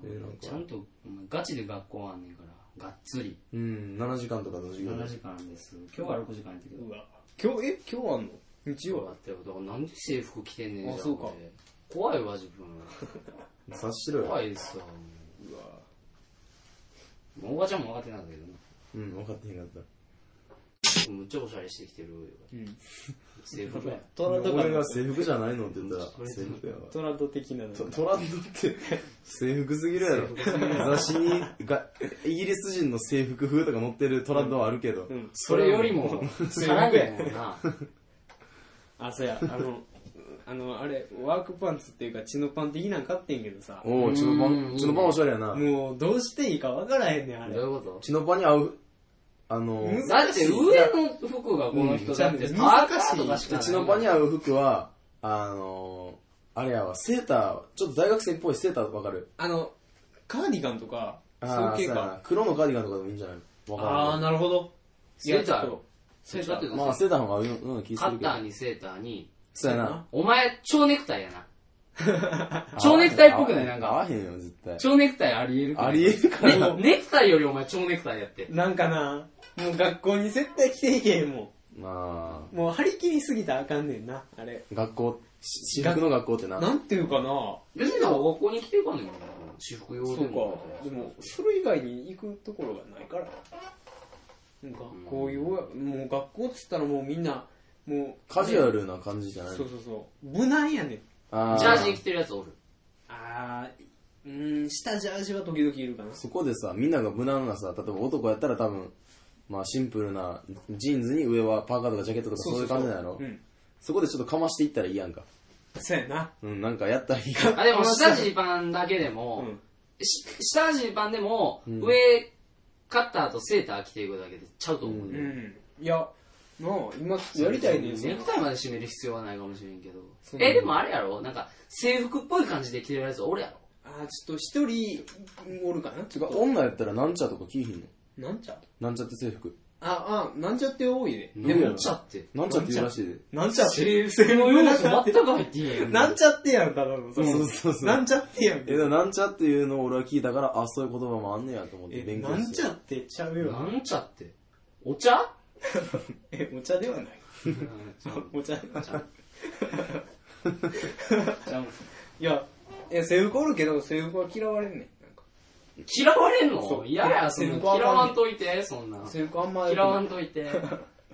Speaker 3: えーなん
Speaker 2: ちゃ
Speaker 3: か
Speaker 2: んとお前ガチで学校あんねんからがっつり
Speaker 3: うん7時間とかの授業
Speaker 2: 7
Speaker 3: で
Speaker 2: 時間です今日は6時間やったけど
Speaker 1: うわ。今日、え今日あんの日
Speaker 2: 今日
Speaker 1: 曜
Speaker 2: はってことはなんで制服着てんねんじゃん
Speaker 1: あそうか
Speaker 2: 俺怖いわ自
Speaker 3: 察してろ
Speaker 2: 分怖
Speaker 3: よ
Speaker 2: いですわ
Speaker 1: うわ。
Speaker 2: もうおばちゃんも分かってないんだけどな
Speaker 3: うん分かってへんかった
Speaker 2: むっちゃおしゃれしてきてる
Speaker 1: うん。
Speaker 2: 制服や
Speaker 1: トランド
Speaker 3: 俺が
Speaker 1: か。
Speaker 3: 制服じゃないのって言ったら制服やわ
Speaker 1: トランド的なの。
Speaker 3: トトランドって制服すぎるやろ雑誌にがイギリス人の制服風とか載ってるトランドはあるけど、
Speaker 1: うん。
Speaker 2: それよりも
Speaker 1: 制
Speaker 2: さら
Speaker 1: 服
Speaker 2: に
Speaker 1: や
Speaker 2: もうな
Speaker 1: あ、そうや、あの、あの、あれ、ワークパンツっていうか、チノパン的なん買ってんけどさ、
Speaker 3: おおチノ
Speaker 2: う
Speaker 3: パン
Speaker 2: ん
Speaker 3: チノパンおしゃれやな
Speaker 1: もう、どうしていいかわからへんねん、あれ。
Speaker 2: どういうこ
Speaker 3: チノパンに合うあの
Speaker 1: む
Speaker 2: とだって上の服がこの人だって
Speaker 1: うん
Speaker 2: パーカーとかしかない
Speaker 3: チノパンに合う服はあのあれやわセーターちょっと大学生っぽいセーターわかる
Speaker 1: あの、カーディガンとか、
Speaker 3: あ
Speaker 1: そういう
Speaker 3: ー
Speaker 1: 系
Speaker 3: そうやな
Speaker 1: か。
Speaker 3: 黒のカーディガンとかでもいいんじゃないわ
Speaker 1: あ
Speaker 3: か
Speaker 1: ー、なるほど。いや
Speaker 2: セーター
Speaker 1: ちょっと
Speaker 2: セーターって
Speaker 3: るまあセーターの方が合うような気す
Speaker 2: カ
Speaker 3: る
Speaker 2: ッ
Speaker 3: け
Speaker 2: タ
Speaker 3: ど
Speaker 2: ーにセーターに
Speaker 3: そうやな
Speaker 2: お前蝶ネクタイやな蝶ネクタイっぽくないなん
Speaker 3: 合
Speaker 2: か
Speaker 3: わへんよ絶対
Speaker 2: 蝶ネクタイありえるくない
Speaker 3: ありえるかな
Speaker 2: ね [LAUGHS] ネクタイよりお前蝶ネクタイやって
Speaker 1: なんかな、もう学校に絶対来ていけへんも
Speaker 3: ま
Speaker 1: ん。もう張り切りすぎたらあかんねんな、あれ。
Speaker 3: あ学校し私服の学校ってな
Speaker 1: なんていうかな、
Speaker 2: 別に学校に来ていかんねんからな私服用
Speaker 1: そう
Speaker 2: で
Speaker 1: か。
Speaker 2: も
Speaker 1: でも、それ以外に行くところがないから。学校用や、もう学校っつったらもうみんな、もう、
Speaker 3: カジュアルな感じじゃない
Speaker 1: そうそうそう。無難やねん。
Speaker 3: あ
Speaker 2: ジャージ着てるやつおる
Speaker 1: あー、うーん、下ジャージは時々いるかな。
Speaker 3: そこでさみんなが無難なさ例えば男やったら多分まあシンプルなジーンズに上はパーカーとかジャケットとかそういう感じなんやろ
Speaker 1: うん。
Speaker 3: そこでちょっとかましていったらいいやんか
Speaker 1: そうやな。
Speaker 3: うんなんかやったらいいか
Speaker 2: あでも下地パンだけでも、
Speaker 1: うん
Speaker 2: し下地パンでも、
Speaker 3: ん
Speaker 2: 上カッターとセーター着ていくだけでちゃうと思う、
Speaker 3: う
Speaker 1: う
Speaker 2: ね
Speaker 1: ん。いや、なあ、今やりたいねん、そん
Speaker 2: ネ
Speaker 1: な
Speaker 2: クタイまで締める必要はないかもしれんけど
Speaker 1: そう
Speaker 2: えでもあれやろなんか制服っぽい感じで着てるやつ俺やろ
Speaker 1: あー、ちょっと一人おるかな
Speaker 3: てか [LAUGHS] 女やったらなんちゃとか着いひんの
Speaker 1: なんちゃ
Speaker 3: なんちゃって制服
Speaker 1: あ、あ、なんちゃって多いね。
Speaker 2: でもちゃって
Speaker 3: なんちゃって言うらしいで
Speaker 1: なんちゃって
Speaker 2: 制服の要素全く入っていいや
Speaker 1: [LAUGHS]
Speaker 2: ん
Speaker 1: なんちゃってやん、ただの。そ
Speaker 3: そうそうそう
Speaker 1: なんちゃってやん。
Speaker 3: えでもなんちゃっていうのを俺は聞いたからあそういう言葉もあんねやと思って
Speaker 1: え、
Speaker 3: 勉強
Speaker 1: な
Speaker 3: して
Speaker 1: んちゃってちゃうよ。
Speaker 2: なんちゃってお茶 [LAUGHS]
Speaker 1: え、 [LAUGHS] お茶ではない。お茶。いや、いや、制服おるけど、制服は嫌われんねん。なんか
Speaker 2: 嫌われん
Speaker 1: そ
Speaker 2: の
Speaker 1: う
Speaker 2: 嫌やそん
Speaker 1: 制
Speaker 2: な嫌
Speaker 1: 服はあかんね
Speaker 2: わんといてそんな
Speaker 1: 制服あんま
Speaker 2: 嫌わん
Speaker 1: ん
Speaker 2: といて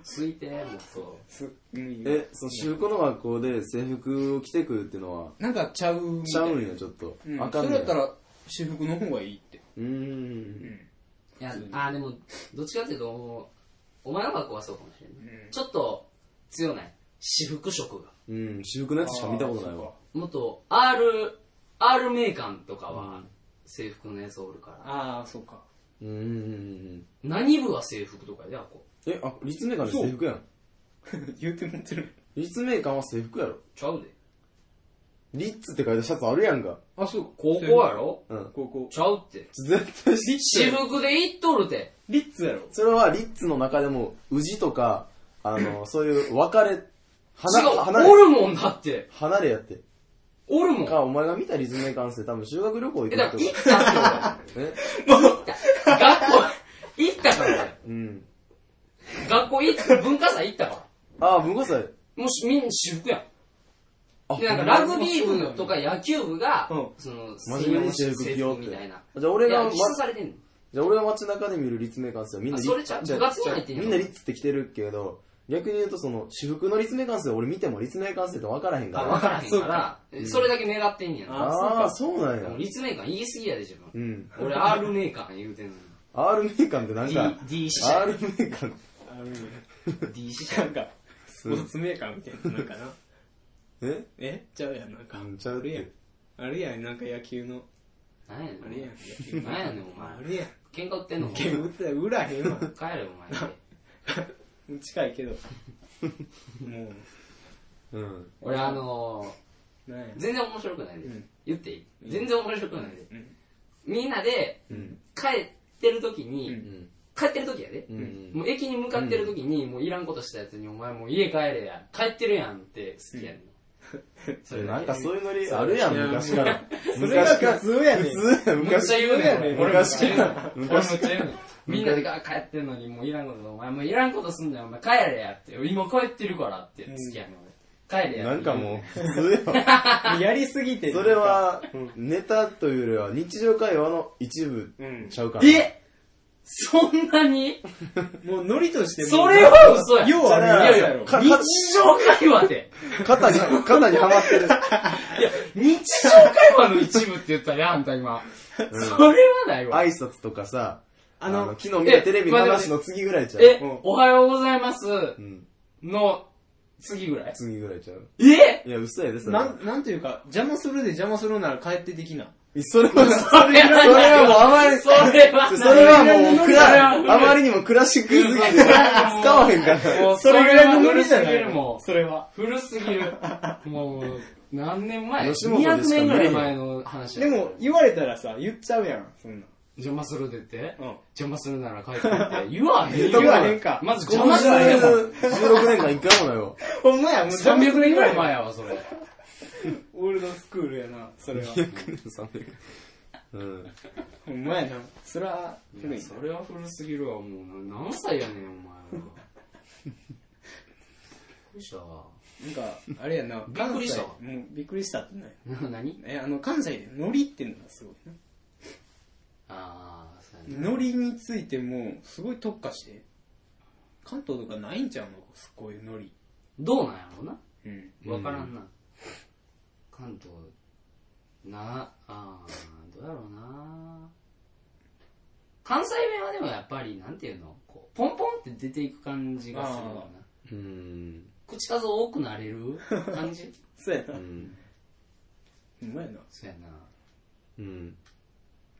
Speaker 2: ついてもっと
Speaker 1: す、うん、いいよ
Speaker 3: えその私服の学校で制服を着てくるっていうのは
Speaker 1: なんかちゃうみ
Speaker 3: ち
Speaker 1: た
Speaker 3: ゃ
Speaker 1: いな。
Speaker 3: うんやちょっと、
Speaker 1: うん
Speaker 3: あかん
Speaker 1: そ
Speaker 3: ね
Speaker 1: れ
Speaker 3: や
Speaker 1: やったら、私服の方がいいって。
Speaker 3: うーん
Speaker 2: いやあーでもどっちかっていうともうお前の学校はそうかもしれない、
Speaker 1: うん
Speaker 2: ちょっと強ない私服色が
Speaker 3: うん私服のやつしか見たことないわ
Speaker 2: もっと R, R メーカーとかは制服のやつおるから、
Speaker 1: ああ、そうか。
Speaker 3: うーん
Speaker 2: 何部は制服とかであこう
Speaker 3: えあ立命館の制服やん
Speaker 1: [LAUGHS] 言うて持ってる。
Speaker 3: 立命館は制服やろ
Speaker 2: ちゃうで
Speaker 3: リッツって書いたシャツあるやんか
Speaker 1: あ、そうか。
Speaker 2: 高校やろ
Speaker 3: うん
Speaker 1: 高校。
Speaker 2: ちゃうって
Speaker 3: 絶対リッ
Speaker 2: 私服で行っとるて
Speaker 1: リッツやろ。
Speaker 3: それはリッツの中でも宇治とかあ
Speaker 2: [CLEARS THROAT]
Speaker 3: のそういう別れ
Speaker 2: 違
Speaker 3: 離離
Speaker 2: うお
Speaker 3: れ
Speaker 2: るもんだって
Speaker 3: 離れやって
Speaker 2: おるもん
Speaker 3: かお前が見た立命館生多分修学旅行行
Speaker 2: え
Speaker 3: く
Speaker 2: だから
Speaker 3: 時
Speaker 2: 行ったって
Speaker 3: え
Speaker 2: 俺学校行ったから俺
Speaker 3: うん
Speaker 2: 学校行った文化祭行ったから
Speaker 3: ああ文化祭
Speaker 2: もうしみんな私服やん
Speaker 3: あ
Speaker 2: でなんかラグビー部とか野球部が、
Speaker 1: うん
Speaker 2: その、
Speaker 3: 真面目に制服着ようって
Speaker 2: みたいな。
Speaker 3: じゃあ俺が
Speaker 2: いや、
Speaker 3: ま
Speaker 2: 一緒されてんの。
Speaker 3: じゃあ俺の街中で見る立命館生はみんな
Speaker 2: あ
Speaker 3: リ
Speaker 2: それちゃう
Speaker 3: じゃあ
Speaker 2: 部活に入ってんやろ
Speaker 3: みんなリッツって着てるけど逆に言うとその私服の立命館生を俺見ても立命館生って分からへんか
Speaker 2: あ、
Speaker 3: ら
Speaker 2: わからへん
Speaker 1: そう
Speaker 2: から、それだけ願ってんやな。
Speaker 1: あ
Speaker 3: ああーそうなんや
Speaker 2: もう立命館言い過ぎやで、自分。
Speaker 3: うん
Speaker 2: 俺、R メーカー言うてんのに。
Speaker 3: R メーカーってなんか
Speaker 2: D、D 支社。
Speaker 3: R メーカーって
Speaker 1: あるね。
Speaker 2: D 支
Speaker 1: な
Speaker 2: 社。
Speaker 1: んか、スポーツメーカーみたいな、なんかな。
Speaker 3: え
Speaker 1: えちゃうやん、なんか。
Speaker 3: うんちゃうっ
Speaker 1: あるや
Speaker 3: て
Speaker 1: ん。あるやん、なんか野球の。
Speaker 2: 何や
Speaker 1: あれやん、
Speaker 2: ね
Speaker 1: 野球
Speaker 2: ん。
Speaker 1: の。
Speaker 2: 何やねん、お
Speaker 1: あ
Speaker 2: 前。
Speaker 1: れやん。
Speaker 2: 喧嘩売
Speaker 3: [LAUGHS]
Speaker 2: ってんの
Speaker 1: ゲーム打ってたら売らへんわ。 [LAUGHS]
Speaker 2: 帰れ、お前。
Speaker 1: 近いけど。も
Speaker 3: うん
Speaker 2: 俺、あの
Speaker 1: う、なんや
Speaker 2: ー、。全然面白くないで
Speaker 1: うん。
Speaker 2: 言っていい全然面白くないで
Speaker 1: ん。
Speaker 2: みんなで、
Speaker 3: うん
Speaker 2: 帰ってる時
Speaker 1: う
Speaker 2: に
Speaker 1: ん、
Speaker 3: うん
Speaker 2: 帰ってる時やで
Speaker 3: う。ん
Speaker 2: もう駅に向かってる時に、もういらんことしたやつに、お前もう家帰れや、帰ってるやんって好きやねん。
Speaker 3: それなんかそういうノリあるやん昔から
Speaker 1: それが普通やねん。
Speaker 3: 普通、
Speaker 2: むっちゃ言うねん。俺俺むっちゃ言うねん。俺むっ [LAUGHS]
Speaker 3: 昔
Speaker 2: ちゃ言うねん。みんなでガー帰ってんのに、もういらんこと、お前もういらんことすんなよ、お前帰れやって。今帰ってるからって、好きやねん、俺。帰れや
Speaker 3: なんかもう、普通よ。
Speaker 1: やりすぎてる。
Speaker 3: それは、ネタというよりは、日常会話の一部
Speaker 1: うん
Speaker 3: ちゃうか
Speaker 2: う
Speaker 3: ら。
Speaker 2: えそんなに
Speaker 1: もうノリとしても
Speaker 2: それは嘘や。
Speaker 1: 要はね
Speaker 2: いやいや、
Speaker 1: か
Speaker 2: 日常会話で。
Speaker 3: 肩に、肩にはまってる。
Speaker 2: 日常会話の一部って言ったやん、あんた今。 [LAUGHS] それはないわ。
Speaker 3: 挨拶とかさ、
Speaker 1: あ
Speaker 3: あ
Speaker 1: の
Speaker 3: の、昨日見たテレビの話の次ぐらいちゃう。
Speaker 2: え
Speaker 1: うん、
Speaker 2: おはようございます
Speaker 3: うん。
Speaker 2: の次ぐらい
Speaker 3: 次ぐらいちゃう。
Speaker 2: え
Speaker 3: いや、嘘やで、それ
Speaker 1: な
Speaker 3: は。
Speaker 1: ん、なんというか、邪魔するで邪魔するなら帰って的な。
Speaker 3: それは、
Speaker 2: それ
Speaker 3: それはもうあまり、
Speaker 2: それはない
Speaker 3: それはもう、
Speaker 2: そ
Speaker 3: ク
Speaker 2: れはない
Speaker 3: ラ、あまりにもクラシックすぎて、使わへんから。
Speaker 2: もうそれぐらいの古すぎ
Speaker 1: い
Speaker 2: るも
Speaker 1: それは。
Speaker 2: う。古すぎる。もう、何年前
Speaker 3: 吉本でしか
Speaker 2: ?200 年ぐらい前
Speaker 3: 見
Speaker 2: の話。
Speaker 1: でも、、言われたらさ、言っちゃうやん、そんな。
Speaker 2: 邪魔するでって
Speaker 1: うん
Speaker 2: 邪魔するなら帰ってって。言わへんよ。
Speaker 1: 言わへんか
Speaker 2: まず
Speaker 3: こ
Speaker 2: 邪
Speaker 3: の
Speaker 2: 魔するやもん。
Speaker 3: 16年間一回もな
Speaker 2: [LAUGHS]
Speaker 3: いわ。
Speaker 1: ほんまや、もう邪魔する
Speaker 2: 300年
Speaker 1: ぐ
Speaker 2: ぐ
Speaker 1: ら
Speaker 2: ら
Speaker 1: い
Speaker 2: い前やわ、それ。
Speaker 1: オールドスクールやな、それは。
Speaker 3: うん。
Speaker 1: ほんまやな。それは、古いな
Speaker 2: それは古すぎるわ、もうな。何歳やねん、お前は。びっくりしたわ。
Speaker 1: なんか、あれやな、
Speaker 2: びっくりした
Speaker 1: 関西もうびっくりしたってない。
Speaker 2: な、 [LAUGHS] 何
Speaker 1: え、あの、関西でノリってのがすごいな。
Speaker 2: ああ、そうやな。
Speaker 1: ノリについても、すごい特化して。関東とかないんちゃうのこういうノリ。
Speaker 2: どうなんやろうな。
Speaker 1: うん。
Speaker 2: わからんな。関東、な、あー、どうやろうな。関西弁はでもやっぱり、なんていうのこう、ポンポンって出ていく感じがするわな。
Speaker 3: うん。
Speaker 2: 口数多くなれる感じ [LAUGHS]
Speaker 1: そうやな
Speaker 3: う。ん。
Speaker 1: ほんまやな。
Speaker 2: そうやな。
Speaker 3: うん。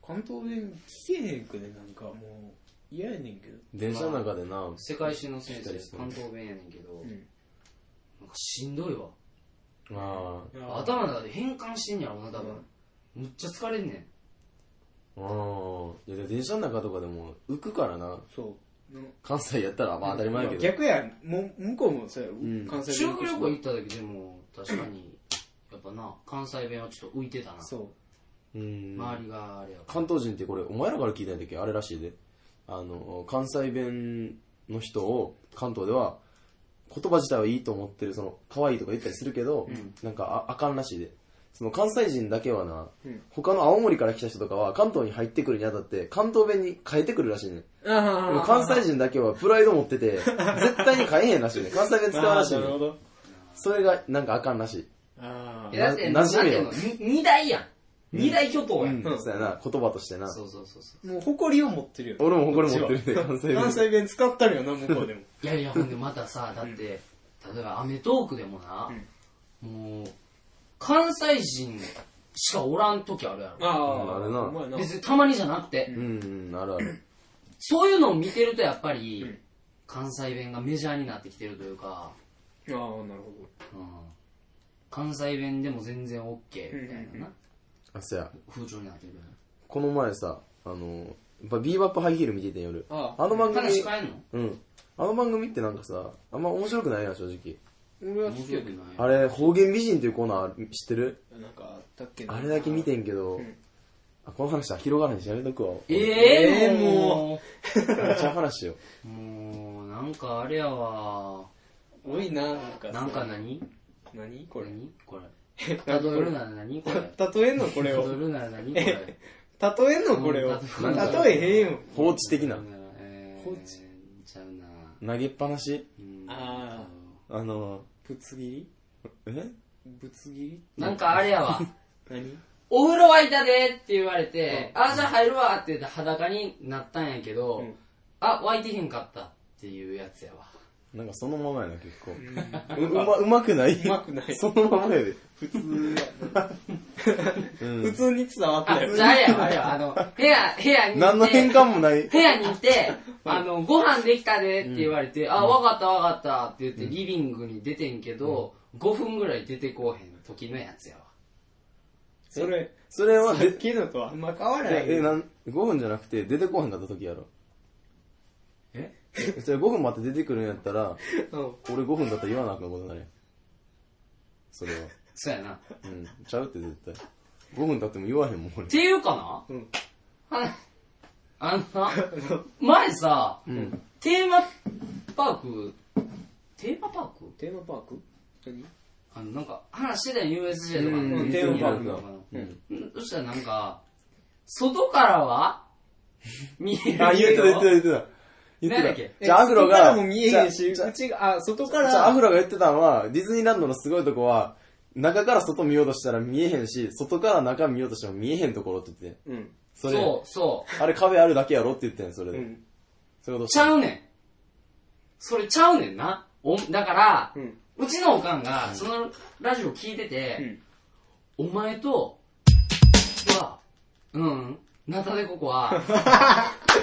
Speaker 1: 関東弁聞けへんくね、なんかもう、嫌やねんけど。
Speaker 3: 電車の中でな、
Speaker 2: 世界中の先生、関東弁やねんけど、
Speaker 1: ん
Speaker 2: なんかしんどいわ。
Speaker 3: ああ、
Speaker 2: 頭の中で変換してんやろな、多分。むっちゃ疲れんね
Speaker 3: ああ、いやで電車の中とかでも浮くからな。
Speaker 1: そう。の
Speaker 3: 関西やったら、まあ当たり前やけど。
Speaker 1: 逆やん。もう、向こうもそうやろ。
Speaker 3: ん
Speaker 1: 関
Speaker 2: ん。
Speaker 1: 西
Speaker 2: 修
Speaker 1: 弁
Speaker 2: 学旅行行った時でも、確かに、やっぱな、関西弁はちょっと浮いてたな。
Speaker 1: そう。
Speaker 3: うん。
Speaker 2: 周りがあれやから。
Speaker 3: 関東人ってこれ、お前らから聞いたんだっけあれらしいで。あの、関西弁の人を、関東では、言葉自体はいいと思ってる、その、可愛いとか言ったりするけど、なんかあ、あかんらしいで。その関西人だけはな、
Speaker 1: うん
Speaker 3: 他の青森から来た人とかは関東に入ってくるにあたって関東弁に変えてくるらしいね。でも
Speaker 1: あ
Speaker 3: 関西人だけはプライド持ってて、絶対に変えへんらしいね。関西弁使わんらしい
Speaker 1: な
Speaker 3: ね
Speaker 1: る。ほど。
Speaker 3: それがなんかあかんらしい。
Speaker 1: あ
Speaker 2: い
Speaker 1: あ。
Speaker 2: やだって、な
Speaker 3: なん
Speaker 2: て
Speaker 3: 馴
Speaker 2: い
Speaker 3: 染
Speaker 2: う
Speaker 3: め
Speaker 2: の
Speaker 3: よ
Speaker 2: 二二大やん。二大巨頭やん。
Speaker 1: うん
Speaker 3: そうやな、言葉としてな。
Speaker 2: そうそうそうそう。
Speaker 1: もう誇りを持ってるよ。
Speaker 3: 俺も誇り持ってるね、関西弁。
Speaker 1: 関西弁使ったるよな、向こうでも。
Speaker 2: いやいや、ほんでまたさ、だって、例えばアメトークでもな、もう、関西人しかおらん時あるやろ。
Speaker 1: あ
Speaker 3: あれな
Speaker 1: お前な。
Speaker 2: 別にたまにじゃなくて、
Speaker 3: うん、うん、あるある。
Speaker 2: そういうのを見てるとやっぱり、
Speaker 1: ん
Speaker 2: 関西弁がメジャーになってきてるというか、
Speaker 1: ああ、なるほ
Speaker 2: うん、関西弁でも全然 OK みたいなな、
Speaker 3: あ、そうや。
Speaker 2: 風潮になってくる。
Speaker 3: この前さ、あの、やっぱビーバップハイヒール見ててん夜。
Speaker 1: あ
Speaker 3: の番組
Speaker 2: 話、変えんの
Speaker 3: うん。あの番組ってなんかさ、あんま面白くないな、正直。
Speaker 1: ど。俺は好
Speaker 2: 面
Speaker 1: きや
Speaker 2: 白
Speaker 1: け
Speaker 2: く
Speaker 1: ど。
Speaker 2: ない
Speaker 3: あれ、方言美人っていうコーナー知ってる
Speaker 1: なんかあったっけな
Speaker 3: あれだけ見てんけど
Speaker 1: ん、
Speaker 3: あこの話は広がらへんしやめとくわ。
Speaker 2: ええ
Speaker 1: えーも
Speaker 2: も
Speaker 3: めっちゃ話よ。
Speaker 2: う、もう、なんかあれやわ。
Speaker 1: 多いな、なんかさ。
Speaker 2: なんか何
Speaker 1: 何こ
Speaker 2: こ
Speaker 1: れ
Speaker 2: れ。にこれ。
Speaker 1: 例
Speaker 2: 例えるなら何これ。
Speaker 1: 例えんのこれ
Speaker 2: 例
Speaker 1: を。
Speaker 2: えるなら何これ。
Speaker 1: 例えんのこれを。
Speaker 2: うん
Speaker 1: 例えへんよ。
Speaker 3: 放置的な。
Speaker 2: えー
Speaker 1: こっち
Speaker 2: ちゃうな。
Speaker 3: 投げっぱなし
Speaker 2: うん
Speaker 1: あ
Speaker 3: あの、
Speaker 1: ぶつ切り
Speaker 3: え
Speaker 1: ぶつ切り
Speaker 2: なんかあれやわ。
Speaker 1: 何
Speaker 2: お風呂沸いたでって言われて、あ、じゃあ入るわって言って裸になったんやけど、
Speaker 1: うん
Speaker 2: あ、沸いてへんかったっていうやつやわ。
Speaker 3: なんかそのままやな、結構。
Speaker 1: う
Speaker 3: ううま、うまくないう
Speaker 1: まくない
Speaker 3: そのままやで。
Speaker 1: 普通やな。
Speaker 3: うん
Speaker 1: [LAUGHS] 普通に伝わった
Speaker 2: あ、
Speaker 1: よ
Speaker 2: じ。ゃああれやわ、あれやわ。あの、部屋、部屋に
Speaker 3: 何の
Speaker 2: 行
Speaker 3: 変
Speaker 2: って、
Speaker 3: 換もない。
Speaker 2: 部屋に行って、あの、ご飯できたでって言われて、あ、わかったわかったって言ってリビングに出てんけど、5分ぐらい出てこうへん時のやつやわ。
Speaker 1: それ、
Speaker 3: それは
Speaker 1: さ
Speaker 3: で
Speaker 1: っ、きのとはあんま変わらない
Speaker 3: え、
Speaker 1: よ。
Speaker 3: え、なん、5分じゃなくて出てこへんかった時やろ。
Speaker 2: え
Speaker 3: えそれ5分 [LAUGHS] 待って出てくるんやったら、
Speaker 1: うん
Speaker 3: 俺5分だったら言わなあかんことになるやんそれは。
Speaker 2: そうやな。
Speaker 3: うん。ちゃうって絶対。 5分経っても言わへんもん、俺
Speaker 2: っ。ていうか
Speaker 1: うん。
Speaker 2: なはあんな、前さ、
Speaker 3: うん。
Speaker 2: テーマパーク、テーマパーク
Speaker 1: テーマパーク何
Speaker 2: あの、なんか、話してたよ、USJ とか
Speaker 3: うん
Speaker 1: テーマパークだ
Speaker 3: うん。
Speaker 2: うんそしたらなんか、外からは見えるけど。
Speaker 3: あ、言ってた言ってた言ってた。言
Speaker 2: 何だ
Speaker 3: っ
Speaker 2: ってけ
Speaker 3: た。じゃあ、アフロ
Speaker 1: 外か
Speaker 3: が、
Speaker 1: らも見えへんし、
Speaker 3: じゃあ
Speaker 1: 口が、あ、外か
Speaker 3: じゃあア
Speaker 1: ら
Speaker 3: フ、ロが言ってたのは、ディズニーランドのすごいとこは、中から外見ようとしたら見えへんし、外から中見ようとしても見えへんところって言ってん。
Speaker 1: うん。
Speaker 3: それ、
Speaker 2: そう、そ
Speaker 3: あれ壁あるだけやろって言ってん、それ
Speaker 1: う
Speaker 3: で。
Speaker 1: ん。
Speaker 3: そういうこ
Speaker 2: う。
Speaker 3: と
Speaker 2: ちゃうねん。それちゃうねんな。おだから
Speaker 1: う、ん。
Speaker 2: うちのおかんが、そのラジオ聞いてて、お前と、は、うん、ナタデココ
Speaker 3: [LAUGHS]
Speaker 2: は、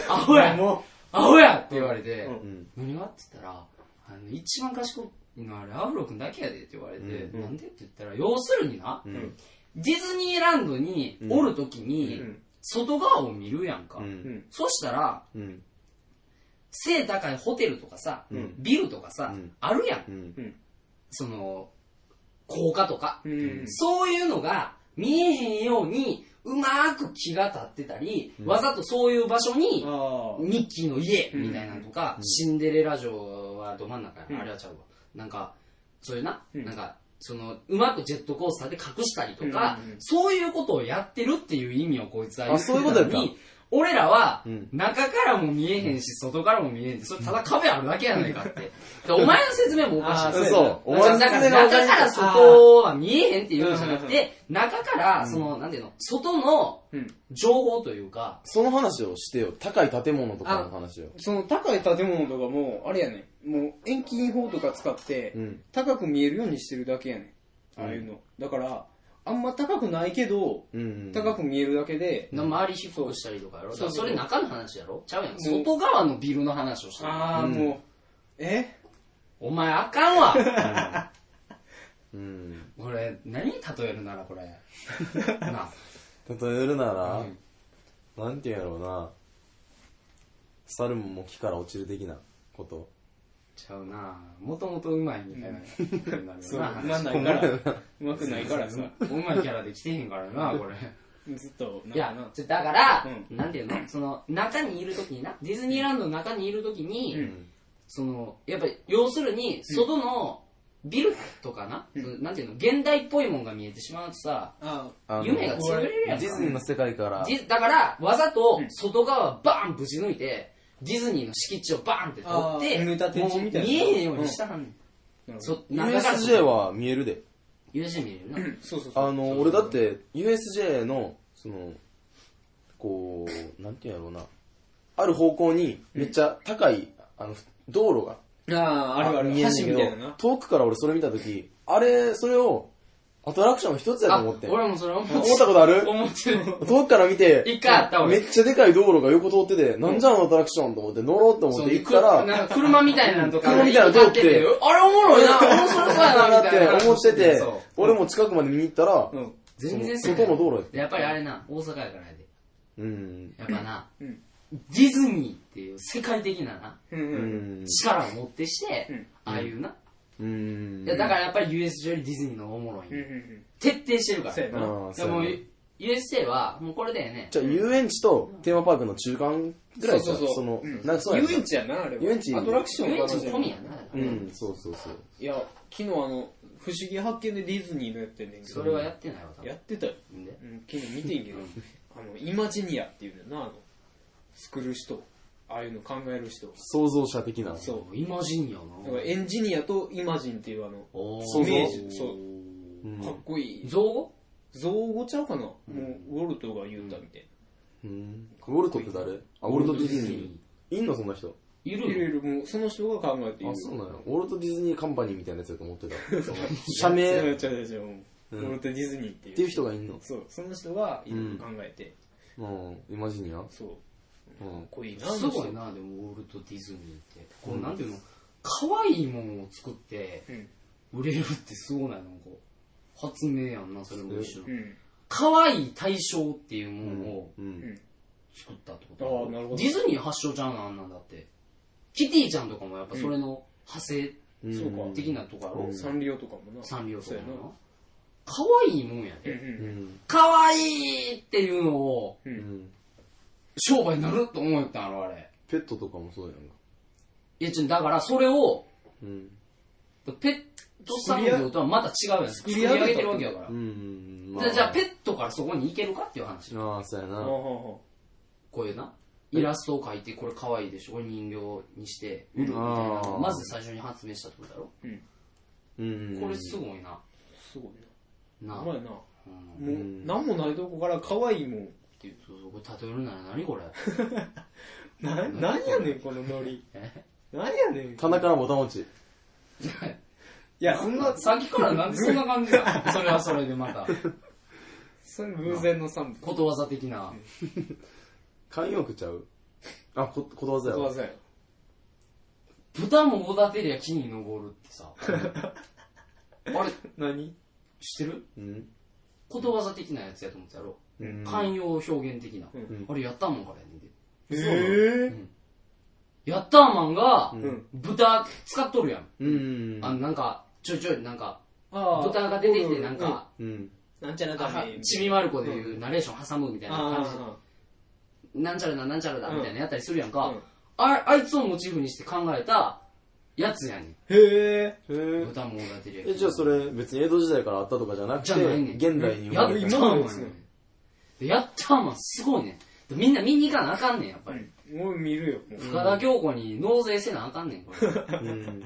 Speaker 2: アホや、
Speaker 1: も
Speaker 2: アホやって言われて、
Speaker 1: うん
Speaker 3: うん。
Speaker 2: 何がって言ったら、あの、一番賢いのはあれ、アフロ君だけやでって言われて、
Speaker 3: うん
Speaker 2: なんでって言ったら、要するにな、
Speaker 3: う
Speaker 1: うんん。
Speaker 2: ディズニーランドにおるとき
Speaker 1: う
Speaker 2: に、
Speaker 1: ん。
Speaker 2: 外側を見るやんか。
Speaker 3: う。
Speaker 1: うんん。
Speaker 2: そしたら、
Speaker 3: うん。
Speaker 2: 背高いホテルとかさ、
Speaker 3: うん
Speaker 2: ビルとかさ、
Speaker 3: うん
Speaker 2: あるやん。
Speaker 3: うん。
Speaker 2: その、高架とか。
Speaker 1: うん。
Speaker 2: そういうのが見えへんように、うまーく木が立ってたり、
Speaker 3: うん
Speaker 2: わざとそういう場所に、
Speaker 1: ああ。
Speaker 2: ミッキーの家みたいなのとか、
Speaker 3: うん
Speaker 2: シンデレラ城はど真ん中やな、
Speaker 1: うん
Speaker 2: あれはちゃうわ。なんか、そういうな、
Speaker 1: うん
Speaker 2: なんか、その、うまくジェットコースターで隠したりとか、
Speaker 1: うんうんうん
Speaker 2: そういうことをやってるっていう意味をこいつは言
Speaker 3: あ
Speaker 2: って
Speaker 3: そういう
Speaker 2: た
Speaker 3: ことや
Speaker 2: の
Speaker 3: った
Speaker 2: に、俺らは
Speaker 3: うん、
Speaker 2: 中からも見えへんし、外からも見えへんし、それただ壁あるだけやないかって。だからお前の説明もおかしい
Speaker 1: あーそううやな
Speaker 2: な。だ
Speaker 3: そう。お
Speaker 2: からだか
Speaker 3: 前の爪
Speaker 2: ら
Speaker 3: がおか
Speaker 2: 中
Speaker 3: し
Speaker 2: から
Speaker 3: い。
Speaker 2: 外は見えへんっていうんじゃなくて、中から、その、なんていうの、外の
Speaker 1: うん。
Speaker 2: 情報というか、
Speaker 3: その話をしてよ。高い建物とかの話を。
Speaker 1: その高い建物とかも、あれやねん。もう遠近法とか使って
Speaker 3: う、ん。
Speaker 1: 高く見えるようにしてるだけやねん。ああいうの。だから、あんま高くないけど、
Speaker 3: うんうん。
Speaker 1: 高く見えるだけで、
Speaker 2: の周り低くしたりとかやろだ
Speaker 1: そ
Speaker 2: か
Speaker 1: う
Speaker 2: らそれ中の話やろちゃうやん。
Speaker 1: ん
Speaker 2: 外側のビルの話をしてる。
Speaker 1: ああ、
Speaker 3: うん
Speaker 1: もう、え
Speaker 2: お前あかんわ
Speaker 1: [LAUGHS]
Speaker 3: うん。
Speaker 2: 俺、何例えるなら
Speaker 1: [LAUGHS]
Speaker 2: これ。な
Speaker 3: 例えるな
Speaker 2: あ
Speaker 3: ら、なんて言うんやろうな。猿も木から落ちる的なこと。
Speaker 2: ちゃうなもともとうまいみたいな。
Speaker 1: そうう、
Speaker 2: ま
Speaker 1: うまないから、うまくないからさ、
Speaker 2: うまいキャラできてへんからな、これ。
Speaker 1: ずっと、
Speaker 2: い
Speaker 1: なん
Speaker 2: や
Speaker 1: かな、
Speaker 2: ちょだから、
Speaker 1: う
Speaker 2: なんていうのその、中にいるときにな、ディズニーランドの中にいるときに、
Speaker 1: うん
Speaker 2: その、やっぱり、要するに、外のビルとかな、
Speaker 1: うん
Speaker 2: そのなんていうの、現代っぽいもんが見えてしまうとさ、
Speaker 1: あ
Speaker 3: あの
Speaker 2: 夢が潰れるやんか
Speaker 3: ディズニーの世界から、
Speaker 2: じだから、わざと外側をバーンぶち抜いて、ディズニーの敷地をバーンって取っ
Speaker 1: あ
Speaker 2: て、
Speaker 1: ー埋め立て地みたいな
Speaker 2: もう見えへんようにしたはんねん。
Speaker 1: なるほど
Speaker 2: そ中から
Speaker 3: USJ は見えるで。
Speaker 2: USJ 見えるな。
Speaker 1: そうそうそう。
Speaker 3: あの、俺だって、USJ の、その、こう、なんて言うんやろうな。ある方向に、めっちゃ高い、あの、道路が
Speaker 1: ああ、あるある、
Speaker 3: 見えんね
Speaker 1: 橋
Speaker 3: ん
Speaker 1: みたい
Speaker 3: け
Speaker 1: な
Speaker 3: ど
Speaker 1: な、。
Speaker 3: 遠くから俺それ見たとき、あれ、それを、アトラクションの一つやと
Speaker 2: あ
Speaker 3: 思ってん。思っ
Speaker 2: 俺もそれ思って
Speaker 3: たことある
Speaker 2: る。思ってる。
Speaker 3: 遠くから見て、
Speaker 2: 一回あった
Speaker 3: め
Speaker 2: 俺。
Speaker 3: っちゃでかい道路が横通ってて、なんじゃあのアトラクションと思って乗ろうと思
Speaker 2: そ
Speaker 3: っ
Speaker 2: う
Speaker 3: て行ったら、
Speaker 2: なんか車みたいなのとか、
Speaker 3: 車みたいなの通って
Speaker 2: 一個立てあれおもろいな、面白そうやな、
Speaker 3: だ
Speaker 2: み
Speaker 3: った
Speaker 2: いな。
Speaker 3: て思ってて
Speaker 2: そう、
Speaker 3: 俺も近くまで見に行ったら
Speaker 1: う、ん。
Speaker 2: 全然
Speaker 3: その外の道路や
Speaker 2: やっぱりあれな、大阪やからやで。
Speaker 3: うん。
Speaker 2: やっぱな、
Speaker 1: うん
Speaker 2: ディズニーっていう世界的なな、
Speaker 1: うん
Speaker 3: う
Speaker 1: うん。
Speaker 3: ん。
Speaker 2: 力を持ってして、
Speaker 1: うん
Speaker 2: ああいうな、
Speaker 3: うん。
Speaker 2: いやだからやっぱり USJ よりディズニーの方がおもろい、
Speaker 1: うんうんうん。
Speaker 2: 徹底してるから。
Speaker 1: そうやな。
Speaker 3: ああ
Speaker 2: で
Speaker 3: そうや
Speaker 2: も
Speaker 3: な
Speaker 2: う USJ はもうこれだよね。
Speaker 3: じゃあ遊園地とテーマパークの中間ぐらい
Speaker 1: そ
Speaker 3: さ
Speaker 1: うそうそう
Speaker 3: その、
Speaker 1: うん
Speaker 3: なんかそうやん
Speaker 1: 遊園地やな、あれは。
Speaker 3: 遊園地
Speaker 1: アトラクション
Speaker 2: 遊園地
Speaker 1: かな
Speaker 2: の込みやな。だからね
Speaker 3: うん、そうそうそう。
Speaker 1: いや、昨日あの、不思議発見でディズニーのやってんねんけど。
Speaker 2: それはやってないわ、多分
Speaker 1: やってたよ。
Speaker 2: んで
Speaker 1: うん、昨日見てんけど、あの、イマジニアっていうのな、あの、作る人。ああいうの考える人。
Speaker 3: 創造者的な。
Speaker 1: そ
Speaker 2: イマジンや
Speaker 1: う。だから
Speaker 2: な。
Speaker 1: エンジニアとイマジンっていうあの、
Speaker 2: おー
Speaker 3: そうそう
Speaker 1: イメージそうかっ
Speaker 3: ん。
Speaker 1: こいい。
Speaker 2: 造語
Speaker 1: 造語ちゃうかな、もう、ウォルトが言ったみたい
Speaker 3: うんウォルトって誰あ、ウォルト・ディズニー。いんのそんな人。
Speaker 2: い
Speaker 1: な。いろい
Speaker 2: る
Speaker 1: ろもう、その人が考えている。
Speaker 3: あ、そうなんや。ウォルト・ディズニー・カンパニーみたいなやつだと思ってた。社名
Speaker 1: 違
Speaker 3: っ
Speaker 1: う違う違う。もう
Speaker 3: うん
Speaker 1: ウォルト・ディズニーってい。
Speaker 3: ていうう人がいんの。
Speaker 1: そう、その人がいろいろ考えて、
Speaker 3: うん、イマジニア。
Speaker 1: そう。か
Speaker 3: うん
Speaker 1: っ。こいいな、
Speaker 2: すごい
Speaker 1: な。
Speaker 2: な、でもウォルト・ディズニーって。こうなんていうの、可愛いものを作って
Speaker 1: うん。
Speaker 2: 売れるってすごないなんか。発明やんな、それも一緒の
Speaker 1: う。ん。
Speaker 2: 可愛い対象っていうものを
Speaker 3: う。
Speaker 1: うんん。
Speaker 2: 作ったってことや
Speaker 1: ああなるほど
Speaker 2: ディズニー発祥じゃん、あんなんだって。キティちゃんとかもやっぱそれの派生
Speaker 3: ん
Speaker 1: そうか
Speaker 2: 的なとこやろ、
Speaker 1: サンリオとかもな。
Speaker 2: サンリオとか
Speaker 1: そうやな
Speaker 2: も。可愛いもんや
Speaker 1: うんう
Speaker 2: で。
Speaker 3: うんん。
Speaker 2: 可愛いっていうのを、
Speaker 1: う
Speaker 3: うんん。
Speaker 2: 商売になると思ったんやろ、あれ。
Speaker 3: ペットとかもそうやんか。
Speaker 2: いや、ちょだからそれを、
Speaker 3: うん。
Speaker 2: ペット産業とはまた違うやん。作
Speaker 1: 作
Speaker 2: り
Speaker 1: り
Speaker 2: 上
Speaker 1: 上げ
Speaker 2: げて
Speaker 1: た
Speaker 2: る
Speaker 1: と
Speaker 2: わけやから
Speaker 3: う。ん。
Speaker 2: でじゃあ、ペ
Speaker 3: ッ
Speaker 2: ットからそこに行けるかっていう話。
Speaker 3: ああ、そうや
Speaker 1: ほう
Speaker 3: な。
Speaker 1: ほうほ
Speaker 2: こういうな、イラストを描いて、これ可愛いでしょ、お人形にして、売るみたいな
Speaker 3: あ
Speaker 2: の
Speaker 3: ー
Speaker 2: をまず最初に発明したってことだろ。
Speaker 1: ううん
Speaker 3: うん。
Speaker 2: これすごいな。
Speaker 1: すごいな
Speaker 2: な
Speaker 1: ほ
Speaker 2: あ
Speaker 1: んまやなも
Speaker 2: うん
Speaker 1: う何もないとこから可愛いもんっていう
Speaker 2: そうそうこれ例えるなら何これ
Speaker 1: な何やねんこのノリ
Speaker 2: え
Speaker 1: 何やねんい
Speaker 3: 棚からぼたもち。
Speaker 1: やそんな
Speaker 2: さっきからなんでそんな感じだそれはそれでまた、
Speaker 1: その偶然の産物
Speaker 2: ことわざ的な。
Speaker 3: 慣用句ちゃうあ、こ、ことわざや
Speaker 1: ことわ
Speaker 3: わ。
Speaker 1: ざや
Speaker 2: 豚もおだてりゃ木に登るってさ。あれ、
Speaker 1: 何
Speaker 2: 知ってる
Speaker 3: うん。
Speaker 2: ことわざ的なやつやと思ってたやろ。
Speaker 3: うん
Speaker 2: 寛容表現的な。
Speaker 1: うん
Speaker 2: あれ、やったーマンからやねんで。
Speaker 1: え
Speaker 2: う
Speaker 1: え
Speaker 2: んヤッターマンが、
Speaker 1: うん
Speaker 2: 豚使っとるやん。
Speaker 3: うん。
Speaker 2: あの、なんか、ちょいちょい、なんか、
Speaker 1: あ
Speaker 2: 豚が出てきて、なんか、
Speaker 3: うん。
Speaker 1: なんちゃら
Speaker 2: あ
Speaker 1: だ
Speaker 2: は
Speaker 1: ね
Speaker 2: ちびまる子でいうナレーション挟むみたいな感じ。
Speaker 1: あ
Speaker 2: なんちゃらだ、なんちゃらだ、
Speaker 1: うん
Speaker 2: みたいなやったりするやん
Speaker 1: あ
Speaker 2: か。ああいつをモチーフにして考えた、やつやねん。
Speaker 1: へえ
Speaker 3: へえ。
Speaker 2: 豚もだてるや
Speaker 3: え、じゃあそれ、別に江戸時代からあったとかじゃなく
Speaker 2: じ
Speaker 3: て
Speaker 2: ゃないね、ん。
Speaker 3: 現代に生
Speaker 2: や
Speaker 3: ま
Speaker 2: っ
Speaker 3: れ
Speaker 2: た
Speaker 3: た。
Speaker 2: ーマンやねんでヤッターマンすごいねん。でみんな見に行かなあかんねん、やっぱり。
Speaker 1: もう見るよもう
Speaker 2: 深田京子に納税せなあかんねん、これ。
Speaker 3: [LAUGHS] うん。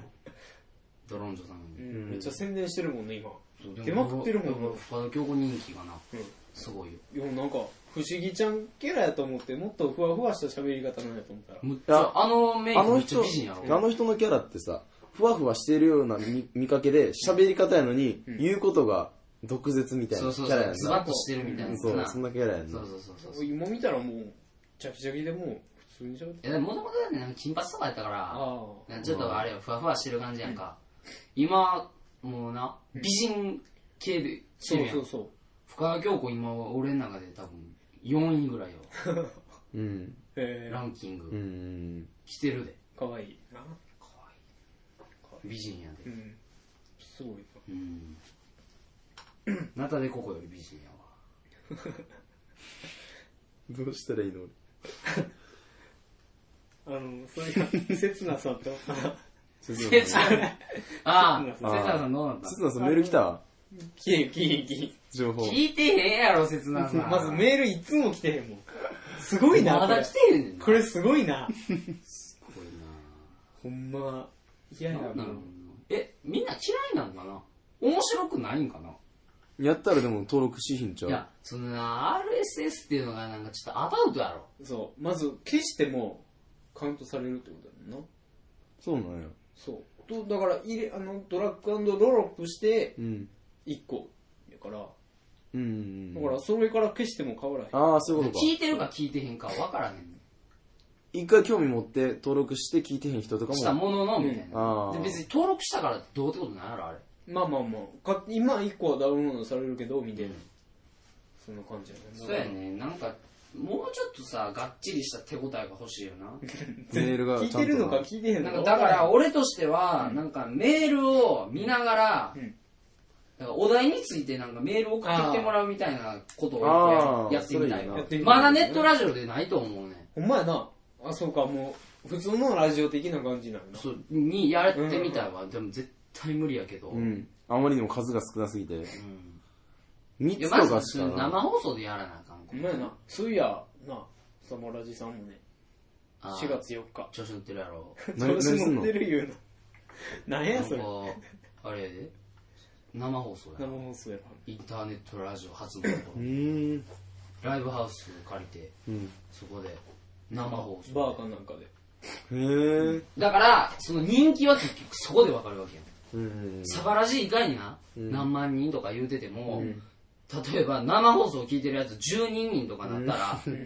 Speaker 2: ドロンジョさんに。
Speaker 1: うんめっちゃ宣伝してるもんね今
Speaker 2: そうで
Speaker 1: 出まくってるもんな
Speaker 2: で深田恭子人気がな、
Speaker 1: うん
Speaker 2: すごいよ
Speaker 1: いやなんか不思議ちゃんキャラやと思ってもっとふわふわした喋り方なんやと思ったら
Speaker 2: むっちゃあのメイ
Speaker 3: あ
Speaker 2: クめ
Speaker 3: の
Speaker 2: っちゃ
Speaker 3: 人、
Speaker 2: 美人や
Speaker 3: あ
Speaker 2: ろ
Speaker 3: の人のキャラってさ、ふわふわしてるような見見かけで、喋り方やのに、言うことが毒舌みたい
Speaker 2: そ
Speaker 3: な
Speaker 2: う
Speaker 3: キ
Speaker 2: そう
Speaker 3: ャラ
Speaker 2: そ
Speaker 3: や
Speaker 2: うんズバ
Speaker 3: な
Speaker 2: ッ。としてるみたいな
Speaker 3: そ
Speaker 2: な
Speaker 3: う、そんなキャラやん
Speaker 2: そ
Speaker 3: な
Speaker 2: う。そうそうそう
Speaker 1: 今見たらもうジャキジャキでもう普通に喋って
Speaker 2: いやでももともとだってなんか金髪とかやったか
Speaker 1: ああ
Speaker 2: らちょっとあれよふわふわしてる感じやんか、今もうな美人系でし
Speaker 1: そ
Speaker 2: てる
Speaker 1: う
Speaker 2: やん
Speaker 1: そうそう
Speaker 2: 深田恭子今俺の中で多分4位ぐらいよ
Speaker 3: うん。
Speaker 1: へ
Speaker 2: ランキング、
Speaker 3: うん。
Speaker 2: 来てるで
Speaker 1: えかわいいな
Speaker 2: 美人やで
Speaker 1: うんすごいな
Speaker 2: うんナタデココより美人やわ
Speaker 3: どうしたらいいの俺
Speaker 1: あのそれが刹那さんと
Speaker 3: 切
Speaker 2: せつなああ、せつ
Speaker 3: あ
Speaker 2: なさんどうなっ
Speaker 3: な
Speaker 2: た
Speaker 3: さん、メール来た
Speaker 1: キえキえキ
Speaker 3: 情報。
Speaker 2: 聞いてへんやろ、せつな
Speaker 1: え
Speaker 2: さ
Speaker 1: [LAUGHS]
Speaker 2: ん。
Speaker 1: まずメールいつも来てへんもんすごいな
Speaker 2: ま
Speaker 1: こ
Speaker 2: だ
Speaker 1: れ
Speaker 2: 来てへんねんな。
Speaker 1: これすごいな
Speaker 2: これ
Speaker 1: ほんま嫌や
Speaker 2: ななんな
Speaker 1: なん
Speaker 2: え、みんな嫌いなんかな面白くないんかな
Speaker 3: やったらでも登録しひんちゃ
Speaker 2: いうや、そのな RSS っていうのがなんかちょっとアバウトやろ。
Speaker 1: そうまず消してもカウントされるってことだもんな
Speaker 3: そうなんや。
Speaker 1: そうとだから入れあのドラッグロロップして
Speaker 3: うん。
Speaker 1: 1個やから
Speaker 3: うんうん。
Speaker 1: だからそれから消しても変わらへん
Speaker 3: ああ、そういうこと
Speaker 2: 聞
Speaker 3: か。
Speaker 2: いてるか聞いてへんかわからへん。
Speaker 3: 一回興味持って登録して聞いてへん人とか
Speaker 2: した
Speaker 3: も。
Speaker 2: ものの、みたいな。
Speaker 3: ああ
Speaker 2: で、別に登録したからどうってことないやろ、あれ。
Speaker 1: まあまあまあか今1個はダウンロードされるけどみたいなそんな感じやね
Speaker 2: そうやね、なんか、もうちょっとさ、がっちりした手応えが欲しいよな。
Speaker 3: メールが
Speaker 1: 聞いてるのか聞いてへん
Speaker 2: な
Speaker 1: の
Speaker 2: ん
Speaker 1: か
Speaker 2: か
Speaker 1: 分
Speaker 2: だからら
Speaker 1: ん
Speaker 2: 俺としては、なんかメールを見ながら、
Speaker 1: うん
Speaker 2: なんかお題についてなんかメールを送ってきてもらうみたいなこと
Speaker 3: あ
Speaker 2: を
Speaker 3: ー
Speaker 2: やってみたいな
Speaker 3: それいいな
Speaker 1: やってみたい
Speaker 2: まだネットラジオでないと思うね。
Speaker 1: ほんまやなあそうかもう普通のラジオ的な感じなのな
Speaker 2: そう、にやってみたいわ。でも絶対無理やけど。
Speaker 3: う
Speaker 2: うん
Speaker 3: ん。あまりにも数が少なすぎて。
Speaker 2: いや
Speaker 3: 3つ
Speaker 2: ま
Speaker 3: とか
Speaker 2: ず
Speaker 3: し
Speaker 2: それ
Speaker 3: か
Speaker 2: 生
Speaker 3: な
Speaker 2: 放送でやらなあかんこ
Speaker 1: ほ
Speaker 2: と
Speaker 1: んまやなそういやなサマラジさんもね
Speaker 2: あー
Speaker 1: 4月4日
Speaker 2: 調子乗ってるやろ。
Speaker 3: 何
Speaker 1: [LAUGHS] 調子
Speaker 3: 何すん
Speaker 1: 乗
Speaker 3: の
Speaker 1: ってる言うななん
Speaker 2: な
Speaker 1: や
Speaker 2: んか
Speaker 1: それ、
Speaker 2: あれやで。生放送や
Speaker 1: 生
Speaker 2: な。
Speaker 1: 放送やろ
Speaker 2: インターネットラジオ初の
Speaker 3: い。うん。
Speaker 2: ライブハウス借りて、
Speaker 3: うん。
Speaker 2: そこで生放送。
Speaker 1: バーかなんかで
Speaker 3: へえ。
Speaker 2: だから、その人気は結局そこでわかるわけやん。
Speaker 3: うん。
Speaker 2: サバラジ以外にな、
Speaker 3: ん
Speaker 2: 何万人とか言うてても、例えば生放送聞いてるやつ12人とかなったら、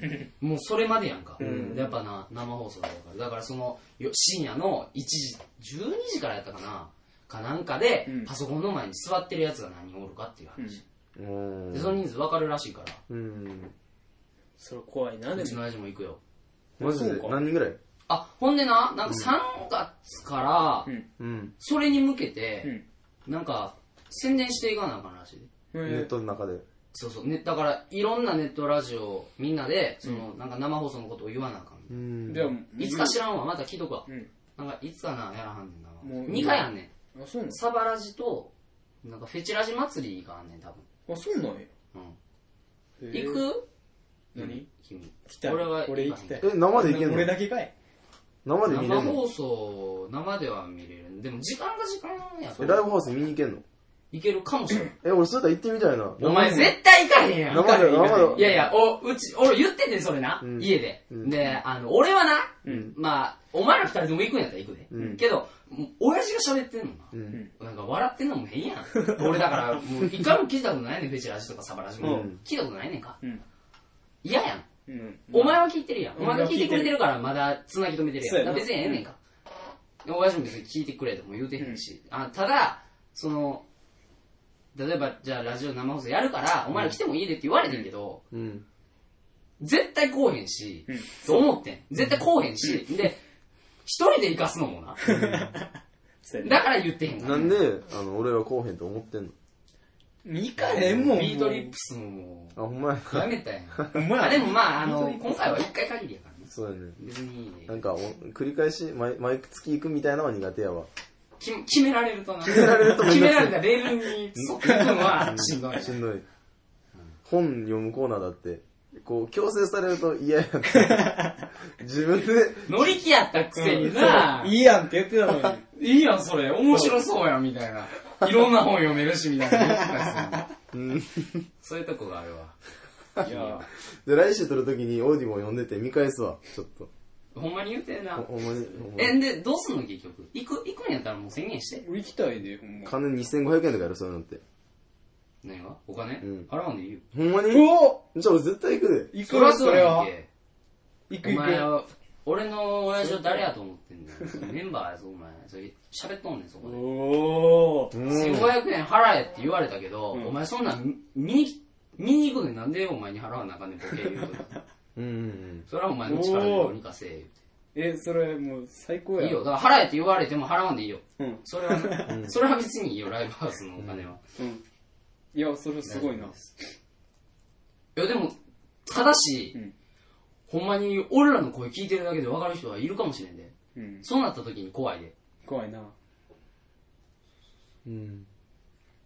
Speaker 2: もうそれまでやんか。やっぱな、生放送でわかる。だからその、よ深夜の1時、12時からやったかな、かなんかで、
Speaker 1: うん
Speaker 2: パソコンの前に座ってるやつが何人おるかっていう話。
Speaker 3: うん
Speaker 2: で、その人数わかるらしいから、
Speaker 3: うん。
Speaker 1: それ怖いなで
Speaker 2: う
Speaker 1: も
Speaker 2: ちの親父も行くよ。
Speaker 3: マジで
Speaker 1: そうか
Speaker 3: 何人ぐらい
Speaker 2: あ、ほんでな、なんか3月から、
Speaker 1: うん
Speaker 3: うん。
Speaker 2: それに向けて、
Speaker 1: うん
Speaker 2: なんか、宣伝していかなあかんらしいで。
Speaker 1: へ
Speaker 3: ネ
Speaker 1: え
Speaker 3: ットの中で。
Speaker 2: そうそう、ね、だからいろんなネットラジオをみんなでその、なんか生放送のことを言わなあかん、
Speaker 3: うん
Speaker 1: じゃあ
Speaker 2: いつか知らんわまた聞いとくわ
Speaker 1: うん
Speaker 2: なんかいつかなやらはんねんな
Speaker 1: もう
Speaker 2: 2回あんね
Speaker 1: あそうなん
Speaker 2: んサバラジとなんかフェチラジ祭りがあんねん多分、
Speaker 1: あそうなんや
Speaker 2: うん、行く
Speaker 1: 何
Speaker 2: 君
Speaker 1: 来た
Speaker 2: 俺は
Speaker 1: 俺行きたい
Speaker 3: え、生でいけん
Speaker 1: 俺
Speaker 3: の
Speaker 1: だけかい
Speaker 3: 生で見れ
Speaker 2: 生
Speaker 3: んの
Speaker 2: 放送生では見れるでも時間が時間やか
Speaker 3: え、ライ
Speaker 2: ら
Speaker 3: ブハウス見に行けんの
Speaker 2: いけるかもしれん
Speaker 3: え、俺そうやったら行ってみたいな。
Speaker 2: お前絶対行かへんやん
Speaker 3: 生
Speaker 1: 行
Speaker 3: で、
Speaker 1: かない
Speaker 3: 生
Speaker 2: い
Speaker 3: で。
Speaker 2: やいや、お、うち、俺言ってんねん、それな。
Speaker 3: うん
Speaker 2: 家で、
Speaker 3: うん
Speaker 2: で、あの、俺はな、
Speaker 1: うん
Speaker 2: まあ、お前ら二人でも行くんやったら行くで。
Speaker 3: うん
Speaker 2: けど、もう親父が喋ってんのな。
Speaker 3: うん。
Speaker 2: なんか笑ってんのも変やん。俺だから、もう一回も聞いたことないねん、フェチラジとかサバラジも。
Speaker 3: うん
Speaker 2: 聞いたことないねんか。
Speaker 1: うん
Speaker 2: 嫌やん。
Speaker 1: うん
Speaker 2: お前は聞いてるやん。
Speaker 1: うん
Speaker 2: お前が聞いてくれてるから、まだつなぎ止めてる
Speaker 1: そう
Speaker 2: や
Speaker 1: や
Speaker 2: ん。だ
Speaker 1: な
Speaker 2: から別にええねんか。親父も別に聞いてくれとも言うてへんし。あただ、その、例えば、じゃあラジオ生放送やるから、お前ら来てもいいでって言われてんけど、
Speaker 3: うん。
Speaker 2: 絶対来おへんし、
Speaker 1: うん
Speaker 2: そう思ってん。絶対来おへんし、で、一人で行かすのもな。
Speaker 1: そうやな
Speaker 2: だから言ってへんが
Speaker 3: なんで、あの、俺はこうへんと思ってんの
Speaker 1: 行かへんもん
Speaker 2: ビートリップスもも
Speaker 3: あ、ほんまや。
Speaker 2: う、やめたやん。
Speaker 1: ほんまや
Speaker 2: あでもまあ、あ
Speaker 1: ビ
Speaker 2: の、
Speaker 1: ートリップス
Speaker 2: 今回は一回限りやからね。
Speaker 3: [LAUGHS] そうやね。
Speaker 2: 別にいい
Speaker 3: な
Speaker 2: ね、
Speaker 3: んかお、繰り返し、毎毎月行くみたいなのは苦手やわ。
Speaker 2: き決められるとな。決められると決められたレールに沿っていくのはしんどいな。
Speaker 3: しんどい。本読むコーナーだって、こう、強制されると嫌や [LAUGHS] って。自分で、
Speaker 2: 乗り気やったくせに
Speaker 1: そ
Speaker 2: な
Speaker 1: う、いいやんって言ってたのに
Speaker 2: いいやんそれ、面白そうやんみたいな。いろんな本読めるしみたいな言ってたりするの。
Speaker 3: うん。
Speaker 2: そういうとこがあるわ。
Speaker 1: いや
Speaker 3: で、来週撮るときにオーディボン読んでて見返すわ、ちょっと。
Speaker 2: ほんまに言うてんな。
Speaker 3: ほほんまに、ほんま
Speaker 2: え、
Speaker 3: に。
Speaker 2: んで、どうすんの結局行く、行くんやったらもう1000円して。
Speaker 1: 俺行きたいでほんま
Speaker 3: 金2500円とかやろ、そういうのって。
Speaker 2: 何がお金、
Speaker 3: うん
Speaker 2: 払わんでいいよ。
Speaker 3: ほんまに
Speaker 1: うお
Speaker 3: じゃあ俺絶対行く
Speaker 1: 行
Speaker 2: そ
Speaker 1: く
Speaker 2: ら
Speaker 1: わ
Speaker 2: そ
Speaker 1: そうれ
Speaker 2: やん
Speaker 1: は
Speaker 2: け。
Speaker 1: 行く
Speaker 2: お
Speaker 1: 行
Speaker 2: 前
Speaker 1: く
Speaker 2: は、俺の親父は誰やと思ってんねん。メンバーやぞ、お前。それ喋っとんねん、そこで。
Speaker 1: おお
Speaker 3: で。うん。
Speaker 2: 1500円払えって言われたけど、
Speaker 1: ん
Speaker 2: お前そんなん見に、見に行くのになんでお前に払わなあかんねん、ボケ言うと。
Speaker 3: うんうん
Speaker 2: それはお前の力でどうにかせえ
Speaker 1: えそれもう最高
Speaker 2: 言う
Speaker 1: や
Speaker 2: て。いいよ。だから払えって言われても払わんでいいよ。
Speaker 1: うん
Speaker 2: それはな、それは別にいいよ、ライブハウスのお金は。
Speaker 1: うんいやそれすごいな
Speaker 2: やでも、ただし、
Speaker 1: うん
Speaker 2: ほんまに俺らの声聞いてるだけで分かる人はいるかもしれんで。
Speaker 1: うん
Speaker 2: そうなった時に怖いで。
Speaker 1: 怖いな
Speaker 3: うん。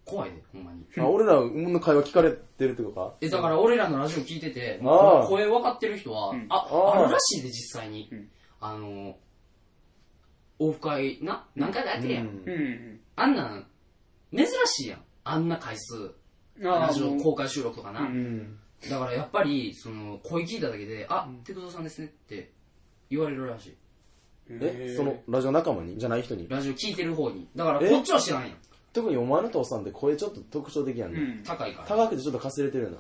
Speaker 2: 怖いで、ほんまに。
Speaker 3: あ、俺らの会話聞かれてるってことか
Speaker 2: え、だから俺らのラジオ聞いてて、
Speaker 3: あー
Speaker 2: 声分かってる人は、
Speaker 1: ん
Speaker 2: あ、
Speaker 3: あ
Speaker 2: あ
Speaker 3: ー
Speaker 2: るらしいで実際に。
Speaker 1: ん
Speaker 2: あの、オフ会、な、何回かやってるやん。
Speaker 3: うん
Speaker 1: うんうん
Speaker 2: あんなん、珍しいやん。あんな回数。
Speaker 1: あ
Speaker 2: ラ
Speaker 1: あ
Speaker 2: ジオ
Speaker 1: もう
Speaker 2: 公開収録とかな。
Speaker 1: うん
Speaker 2: だからやっぱり、その、声聞いただけで、あ、テクゾーさんですねって言われるらしい。
Speaker 3: え、その、ラジオ仲間にじゃない人に
Speaker 2: ラジオ聞いてる方に。だから
Speaker 3: え
Speaker 2: こっちは知らんやん。
Speaker 3: 特にお前の父さんって声ちょっと特徴的やん
Speaker 1: う
Speaker 3: ね。
Speaker 1: ん
Speaker 2: 高いから。
Speaker 3: 高くてちょっとかすれてるよ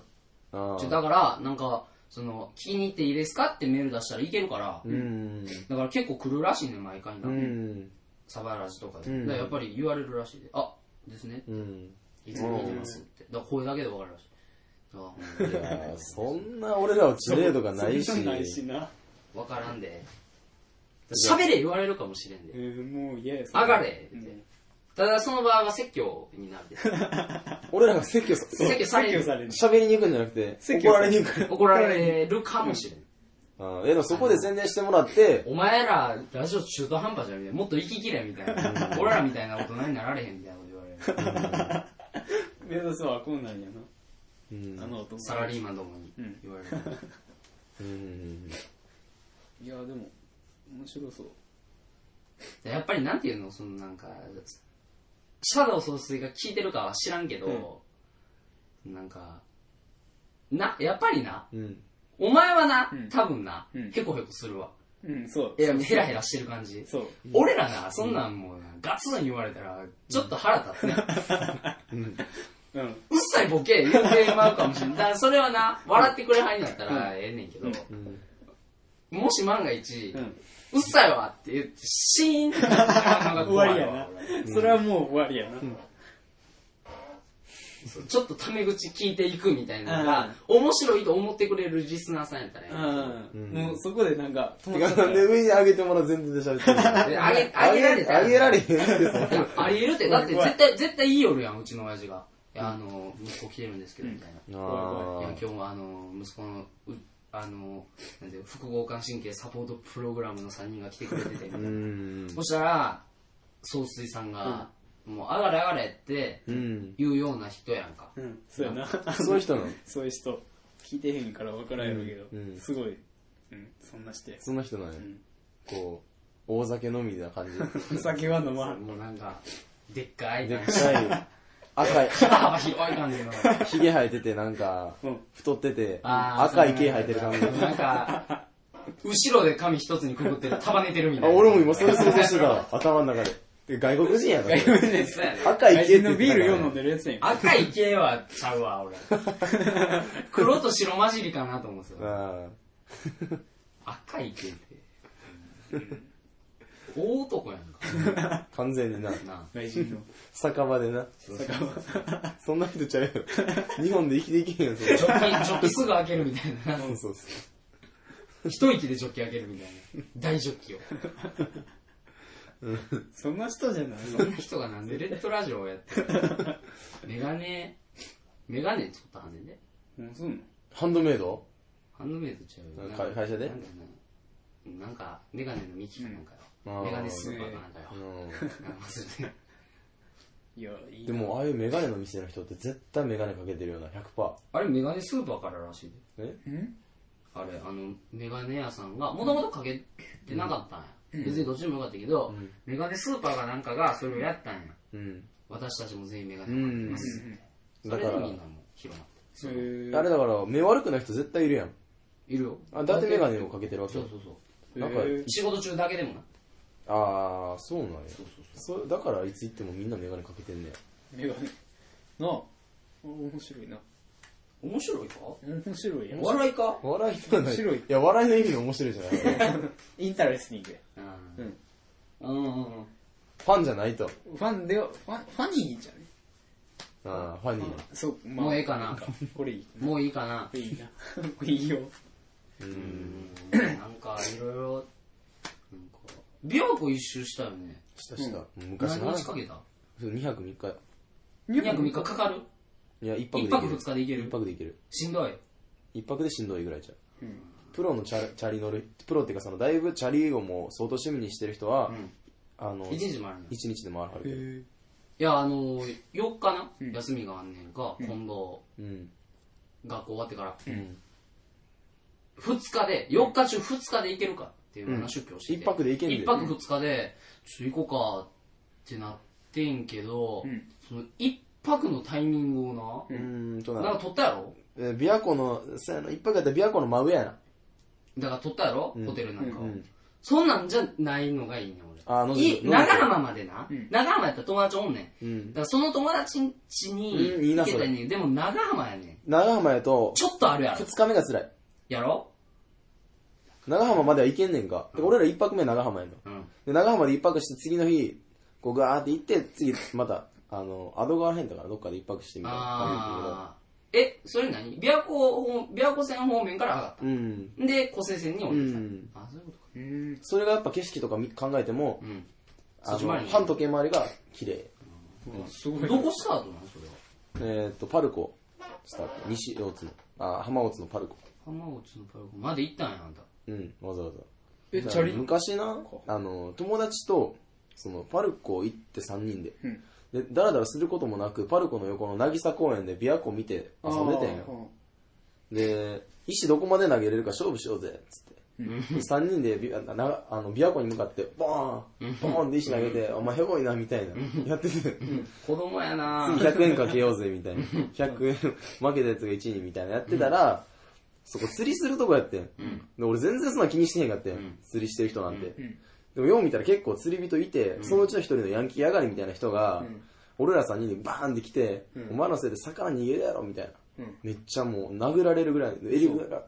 Speaker 3: な。あ
Speaker 2: ちょ
Speaker 3: あ。
Speaker 2: だから、なんか、その、聞きに行っていいですかってメール出したらいけるから、
Speaker 3: うん。
Speaker 2: だから結構来るらしいね、毎回な。
Speaker 3: うん。
Speaker 2: サバラジとかで。
Speaker 3: うん
Speaker 2: だからやっぱり言われるらしいで、あ、ですね、
Speaker 3: うん。
Speaker 2: いつも聞いてますって。だから声だけでわかるらしい。だから
Speaker 3: い [LAUGHS] やーそんな俺らは知名度がないし。
Speaker 1: そんなんないしな
Speaker 2: わからんで。喋れ言われるかもしれん
Speaker 1: え
Speaker 2: で。
Speaker 1: ーもう嫌やそ
Speaker 2: 上がれ
Speaker 1: う
Speaker 2: って
Speaker 1: ん。
Speaker 2: ただその場合は説教になるで。
Speaker 3: 俺らが説教さ、
Speaker 2: 説教され
Speaker 1: 説教さ
Speaker 2: る。
Speaker 1: れる
Speaker 3: 喋りに行くんじゃなくて、
Speaker 1: 説
Speaker 3: 怒
Speaker 1: 教さ
Speaker 3: ら
Speaker 1: れ
Speaker 3: れ
Speaker 1: る
Speaker 3: に行く。
Speaker 2: 怒られるかもしれん。
Speaker 3: ああ、え、でもそこで宣伝してもらって、
Speaker 2: お前ら、ラジオ中途半端じゃんみたいな。もっと息切れみたいな。俺らみたいな大人になられへんみたいなこと言われる。
Speaker 1: 目指すはこんなんや
Speaker 3: う
Speaker 1: なんあの男
Speaker 2: サラリーマンどもに
Speaker 1: うん
Speaker 2: 言われる。
Speaker 3: うん。
Speaker 1: いやでも面白そう
Speaker 2: やっぱりなんていうのそのなんか、シャドウ総帥が聞いてるかは知らんけど、なんか、な、やっぱりな、
Speaker 3: うん。
Speaker 2: お前はな
Speaker 1: うん、
Speaker 2: 多分な、
Speaker 1: うん
Speaker 2: ヘコヘコするわ。
Speaker 1: うんそう
Speaker 2: いや、ヘラヘラしてる感じ。
Speaker 1: そう
Speaker 2: 俺らな、そんなんもうな、ガツン言われたら、ちょっと腹立つね。
Speaker 1: うん
Speaker 2: うっさいボケ言うてまうかもしれん。だからそれはな、笑ってくれはんやったらええねんけど、
Speaker 3: うん
Speaker 2: もし万が一
Speaker 1: う、ん
Speaker 2: うっさいわって言って、シーンってなるのが
Speaker 1: [LAUGHS] 終わ
Speaker 2: 怖いわ
Speaker 1: りやな
Speaker 2: 俺
Speaker 1: それはもう終わりやな
Speaker 2: ちょっとタメ口聞いていくみたいなのが、面白いと思ってくれるリスナーさんやったらいいな
Speaker 1: うん
Speaker 3: ん
Speaker 1: もうそこでなんか止
Speaker 3: て
Speaker 1: まっ
Speaker 3: か、
Speaker 1: ちゃっ
Speaker 3: なん
Speaker 1: た
Speaker 3: で上に上げてもらう前提で喋ってるの
Speaker 2: であげ、あげられた
Speaker 3: あげられ
Speaker 2: い
Speaker 3: へんってさ。
Speaker 2: やありえるって、だって絶対、絶対いいよるやん、うちの親父が。や、あの、息子来てるんですけど、みたいな。いや
Speaker 3: あ
Speaker 2: 今日はあの息子のうあのなんていうの副交感神経サポートプログラムの3人が来てくれててみたい
Speaker 3: ーう
Speaker 2: な、
Speaker 3: ん
Speaker 2: そしたら総帥さんが、もう上がれ上がれって
Speaker 3: うん
Speaker 2: 言うような人やんか、
Speaker 1: うん、そうやな。
Speaker 3: そういう人なの
Speaker 1: [LAUGHS] そういう人、聞いてへんから分からんやろうけど、
Speaker 3: うんうん
Speaker 1: すごい、うん、そんなして。
Speaker 3: そんな人なんや
Speaker 1: ん
Speaker 3: こう大酒飲みな感じ
Speaker 1: お酒は飲まん。
Speaker 2: もうなんかでっかい
Speaker 3: で
Speaker 2: 感
Speaker 3: っ
Speaker 2: じ
Speaker 3: かい赤い
Speaker 2: 幅広い感
Speaker 3: [LAUGHS]
Speaker 2: じの
Speaker 3: ひげ生えててなんか
Speaker 1: うん
Speaker 3: 太ってて
Speaker 2: あー
Speaker 3: 赤い毛生えてる感じ
Speaker 2: なんか後ろで髪一つにくくって束ねてるみた
Speaker 3: あ
Speaker 2: いな
Speaker 3: 俺も今それ想像してたわ頭の中でで外国人やなそれ
Speaker 2: そうやね
Speaker 3: 赤い毛っ
Speaker 1: 外人
Speaker 3: て言
Speaker 1: の
Speaker 3: って
Speaker 1: ビー
Speaker 3: たか
Speaker 1: ル
Speaker 3: ら
Speaker 1: よう飲んでるやつやんか。
Speaker 2: 赤い系はちゃうわ
Speaker 3: [LAUGHS]
Speaker 2: 俺黒と白混じりかなと思うんですよ
Speaker 3: あ
Speaker 2: 赤い系って。大男やんか。
Speaker 3: あ完全にな
Speaker 2: な
Speaker 1: 外人の。
Speaker 3: 酒場でなそんな人ちゃうよ日本で生きていけへんよそ
Speaker 2: ジ
Speaker 3: れ
Speaker 2: ョッキ、ジョッキすぐ開けるみたいな。
Speaker 3: そうそう
Speaker 2: 一息でジョッキ開けるみたいな。大ジョッキを。
Speaker 1: そんな人じゃない
Speaker 2: そんな人がなんでレッドラジオをやってるメガネ、メガネ作ったはんねんで。
Speaker 1: の。もうそうなの
Speaker 3: ハンドメイド
Speaker 2: ハンドメイドちゃうよ
Speaker 3: か会社で
Speaker 2: なんだよななんか、メガネのミキかなんか
Speaker 3: うんあ
Speaker 2: よ。
Speaker 3: ー
Speaker 2: メガネスーパーかなんかよ
Speaker 3: う。
Speaker 2: なんか忘れて
Speaker 1: いや、い
Speaker 3: ん
Speaker 1: い
Speaker 3: で
Speaker 1: な。
Speaker 3: もああいうメガネの店の人って絶対メガネかけてるよな100%
Speaker 2: あれ、メガネスーパーかららしいで。
Speaker 3: え
Speaker 1: ん
Speaker 2: あれ、あの、メガネ屋さんが、もともとかけてなかったんや。別にどっちでもよかったけど、メガネスーパーかなんかがそれをやったんや。
Speaker 3: うん
Speaker 2: 私たちも全員メガネかけてますって。そ
Speaker 3: だ
Speaker 2: れ
Speaker 3: か
Speaker 2: で
Speaker 3: ら
Speaker 2: みんなも広まって。
Speaker 1: へー
Speaker 3: あれだから目悪くない人絶対いるやん
Speaker 2: いるよ。
Speaker 3: あだってメガネをかけてるわけ
Speaker 2: そう
Speaker 3: よ
Speaker 2: そうそう。
Speaker 3: なんか
Speaker 1: へー
Speaker 2: 仕事中だけでもな。
Speaker 3: ああそうなんや
Speaker 2: そうそうそ
Speaker 3: そうだからいつ行ってもみんなメガネかけてんねや
Speaker 1: メガネ。なあ。面白いな。
Speaker 2: う。面白いか
Speaker 1: 面白いやん
Speaker 2: お。笑いか
Speaker 3: 笑いではない
Speaker 1: 面白い
Speaker 3: いや笑いの意味で面白いじゃない
Speaker 1: [LAUGHS] インタレスティングや。
Speaker 2: う。
Speaker 1: うんん。
Speaker 2: うんうんうん。
Speaker 3: ファンじゃないと
Speaker 1: ファンでは、ファン、ファニーじゃね
Speaker 3: ああファニーな
Speaker 1: そう、ま
Speaker 2: もうええかな。
Speaker 1: これいい。こ
Speaker 2: もういいかな。
Speaker 1: れいいな。これいいよ。
Speaker 2: うん。なんか、いろいろ、なんか、琵琶湖一周したよね。
Speaker 3: したしたもう昔
Speaker 2: 何
Speaker 3: の
Speaker 2: 日
Speaker 3: 話
Speaker 2: かけた
Speaker 3: 2泊3日や
Speaker 2: 2泊3日かかる
Speaker 3: いや1泊で
Speaker 2: 一
Speaker 3: い
Speaker 2: 泊
Speaker 3: け
Speaker 2: 二
Speaker 3: る
Speaker 2: 日で行け
Speaker 3: 一
Speaker 2: る
Speaker 3: 泊でいける
Speaker 2: しんどい
Speaker 3: 一泊でしんどいぐらいじゃう
Speaker 1: うん
Speaker 3: プロのチャチャリ乗るプロっていうかそのだいぶチャリをもう相当趣味にしてる人は、
Speaker 2: ん
Speaker 3: あの
Speaker 2: 一日もあるのい
Speaker 3: 一日で回るはるけど、
Speaker 2: やあの4日な、休みがあんねんか、今度
Speaker 3: うん
Speaker 2: 学校終わってから、二2日で4日中2日で行けるかっていう話を今日してて、
Speaker 3: 一泊で行けんで
Speaker 2: 1泊2日でちょっと行こうかってなってんけど、
Speaker 1: ん
Speaker 2: その1泊のタイミングを
Speaker 3: うーんと
Speaker 2: な、
Speaker 3: な
Speaker 2: なんか取ったやろ
Speaker 3: えー琵琶湖のそうやな一泊やったら琵琶湖の真上やな
Speaker 2: だから取ったやろ、ホテルなんかを、
Speaker 3: うん
Speaker 2: そんなんじゃないのがいいねん俺
Speaker 3: あの
Speaker 2: い
Speaker 3: の
Speaker 2: 長浜までな、
Speaker 1: ん
Speaker 2: 長浜やったら友達おんねん
Speaker 3: うん
Speaker 2: だからその友達ん家
Speaker 3: うんい
Speaker 2: に
Speaker 3: い
Speaker 2: 行
Speaker 3: な
Speaker 2: けたりねんでも長浜やねん。
Speaker 3: 長浜やと
Speaker 2: ちょっとあるやろ
Speaker 3: 二。日目が辛い
Speaker 2: やろ
Speaker 3: 長浜までは行けんねんかで俺ら一泊目長浜やの
Speaker 2: うん。
Speaker 3: で長浜で一泊して次の日こうガーって行って次またあのアド川らへんだからどっかで一泊してみたいな感
Speaker 2: あー。え、それ何琵琶湖方、琵琶湖線方面から上がっ
Speaker 3: じやけどうん
Speaker 2: た。で、湖西線に降りてきた。
Speaker 3: うん
Speaker 2: あ、そういうことか。
Speaker 1: うん。
Speaker 3: それがやっぱ景色とかみ考えても、
Speaker 2: うん。
Speaker 3: あ
Speaker 2: そっち
Speaker 3: の
Speaker 2: 回りに
Speaker 3: 半時計回りが綺麗
Speaker 1: うわすごいな。
Speaker 2: どこスタートなのそれは。
Speaker 3: えーっとパルコスタート西大津のあ浜大津のパルコ
Speaker 2: 浜内のパルコまで行ったんや、あんた。
Speaker 3: うんわざわざ
Speaker 1: え、チャリ
Speaker 3: 昔なあの友達とそのパルコ行って3人で、
Speaker 1: うん
Speaker 3: でだらだらすることもなくパルコの横の渚公園で琵琶湖見て遊んでたんよ
Speaker 1: よ。
Speaker 3: で石どこまで投げれるか勝負しようぜっつって3人でびあなあの琵琶湖に向かってボーンボーンって石投げて「お前ヘボいな」みたいなやってて
Speaker 2: 子供やな
Speaker 3: 次100円かけようぜみたいな100円負けたやつが1位みたいなやってたら、そこ釣りするとこやってん、で俺全然そんな気にしてへんかってん、釣りしてる人なんて、
Speaker 1: ん
Speaker 3: でもよう見たら結構釣り人いて、そのうちの一人のヤンキー上がりみたいな人が、俺ら3人にバーンって来て、お前のせいで魚逃げるやろみたいな、
Speaker 1: うん
Speaker 3: めっちゃもう殴られるぐらい襟ぐらが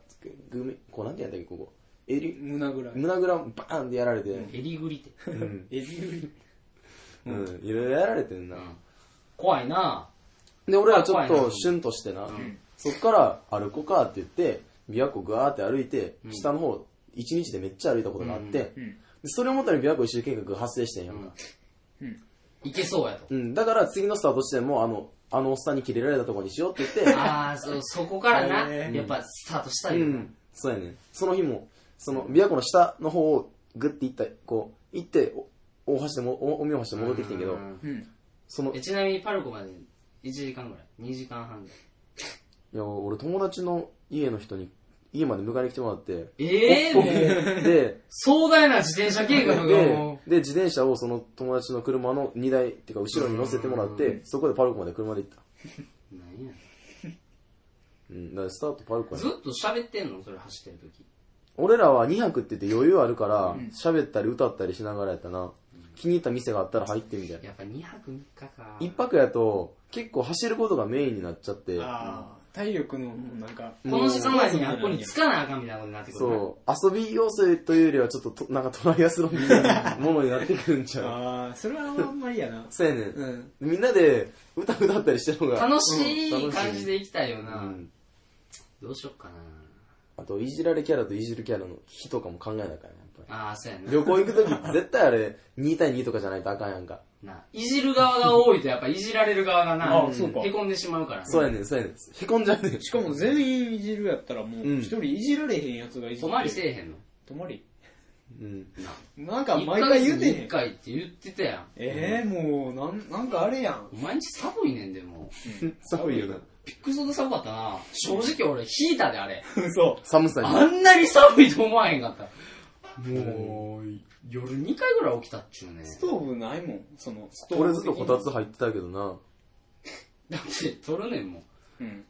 Speaker 3: グミこうなんてやったっけここ襟
Speaker 1: 胸ぐらい。
Speaker 3: 胸ぐらバーンってやられて、
Speaker 2: ヘリグリって。
Speaker 3: うん
Speaker 1: えぐい。
Speaker 3: うんいろいろやられてんな、
Speaker 2: 怖いな
Speaker 3: で、俺らちょっとシュンとしてな、そっから歩こうかって言って、琵琶湖ガーって歩いて、下の方、一日でめっちゃ歩いたことがあって、でそれをもとに琵琶湖一周計画が発生してんやんか。
Speaker 2: 行けそうやと。
Speaker 3: うん、だから次のスタート地点も、あの、あのおっさんにキレられたとこにしようって言って、
Speaker 2: ああ、そう、そこからな、
Speaker 1: へー
Speaker 2: やっぱスタートした
Speaker 3: う
Speaker 2: いよな。
Speaker 3: ん、そうやねんその日も、その、琵琶湖の下の方をグッて行った、こう、行って、お大橋でも、お大橋で戻ってきてんけ
Speaker 2: う
Speaker 3: ど、
Speaker 2: ん
Speaker 1: うん。
Speaker 3: その、
Speaker 2: え
Speaker 3: い
Speaker 2: ちなみにパルコまで1時間ぐらい ?2 時間半ぐらい。
Speaker 3: や、俺友達の家の人に、家まで迎えに来てもらって、
Speaker 2: ええもう、
Speaker 3: で、
Speaker 2: 壮大な自転車計画が
Speaker 3: で
Speaker 2: も、
Speaker 3: で、自転車をその友達の車の荷台、っていうか後ろに乗せてもらって、そこでパルコまで車で行った。
Speaker 2: う、何や。
Speaker 3: うん、だからスタートパルコや
Speaker 2: ずっと喋ってんのそれ走ってる時。
Speaker 3: 俺らは2泊って言って余裕あるから、喋ったり歌ったりしながらやったな。気に入った店があったら入ってみたいな。
Speaker 2: やっぱ2泊3日か。
Speaker 3: 一泊やと、結構走ることがメインになっちゃって、
Speaker 1: ああ、体力の、なんか、
Speaker 2: この時間までにあっこに着かなあかんみたいなことになってくるな。
Speaker 3: そう、遊び要素というよりはちょっとと、なんかトライアスロンみたいなものになってくるんちゃう。
Speaker 1: ああ、それはあんまりやな。
Speaker 3: そうやねん。
Speaker 1: うん。
Speaker 3: みんなで歌歌ったりしてる方が。
Speaker 2: 楽し
Speaker 3: うん
Speaker 2: い感じで行きたいよ
Speaker 3: う
Speaker 2: な。
Speaker 3: ん。
Speaker 2: どうしよっかな。
Speaker 3: あと、いじられキャラといじるキャラの日とかも考えなあかんやん、やっぱ
Speaker 2: ああ、そうや
Speaker 3: り。
Speaker 2: な
Speaker 3: 旅行行くときって絶対あれ、2対2とかじゃないとあかんやんか。
Speaker 2: な。いじる側が多いとやっぱいじられる側がな、
Speaker 1: あそうか
Speaker 2: へこんでしまうから。
Speaker 3: そうやねん、そうやねん。へこんじゃうねん。
Speaker 1: しかも全員いじるやったらも
Speaker 3: う
Speaker 1: う、
Speaker 3: ん
Speaker 1: 一人いじられへんやつがいじって。
Speaker 2: 泊まりせえへんの
Speaker 1: 泊まり
Speaker 3: うん。
Speaker 1: なんか
Speaker 2: 一
Speaker 1: 毎
Speaker 2: ヶ
Speaker 1: 回
Speaker 2: 月
Speaker 1: 言うて
Speaker 2: に
Speaker 1: へ
Speaker 2: 一
Speaker 1: ん。
Speaker 2: 回って言ってたやん。
Speaker 1: ええ、もう、なん、なんかあれやん。
Speaker 2: お前んち寒いねんでもう。
Speaker 3: 寒いよな。
Speaker 2: びっくりするほど寒かったな。正直俺ヒーターであれ。
Speaker 1: 嘘。
Speaker 3: 寒さに。
Speaker 2: あんなに寒いと思わへんかった。
Speaker 3: も
Speaker 2: う、夜2回ぐらい起きたっちゅうね。
Speaker 1: ストーブないもん、その、ストーブ。
Speaker 3: 俺ずっとこたつ。入ってたけどな。
Speaker 2: だって、取るねんもん、
Speaker 1: うん。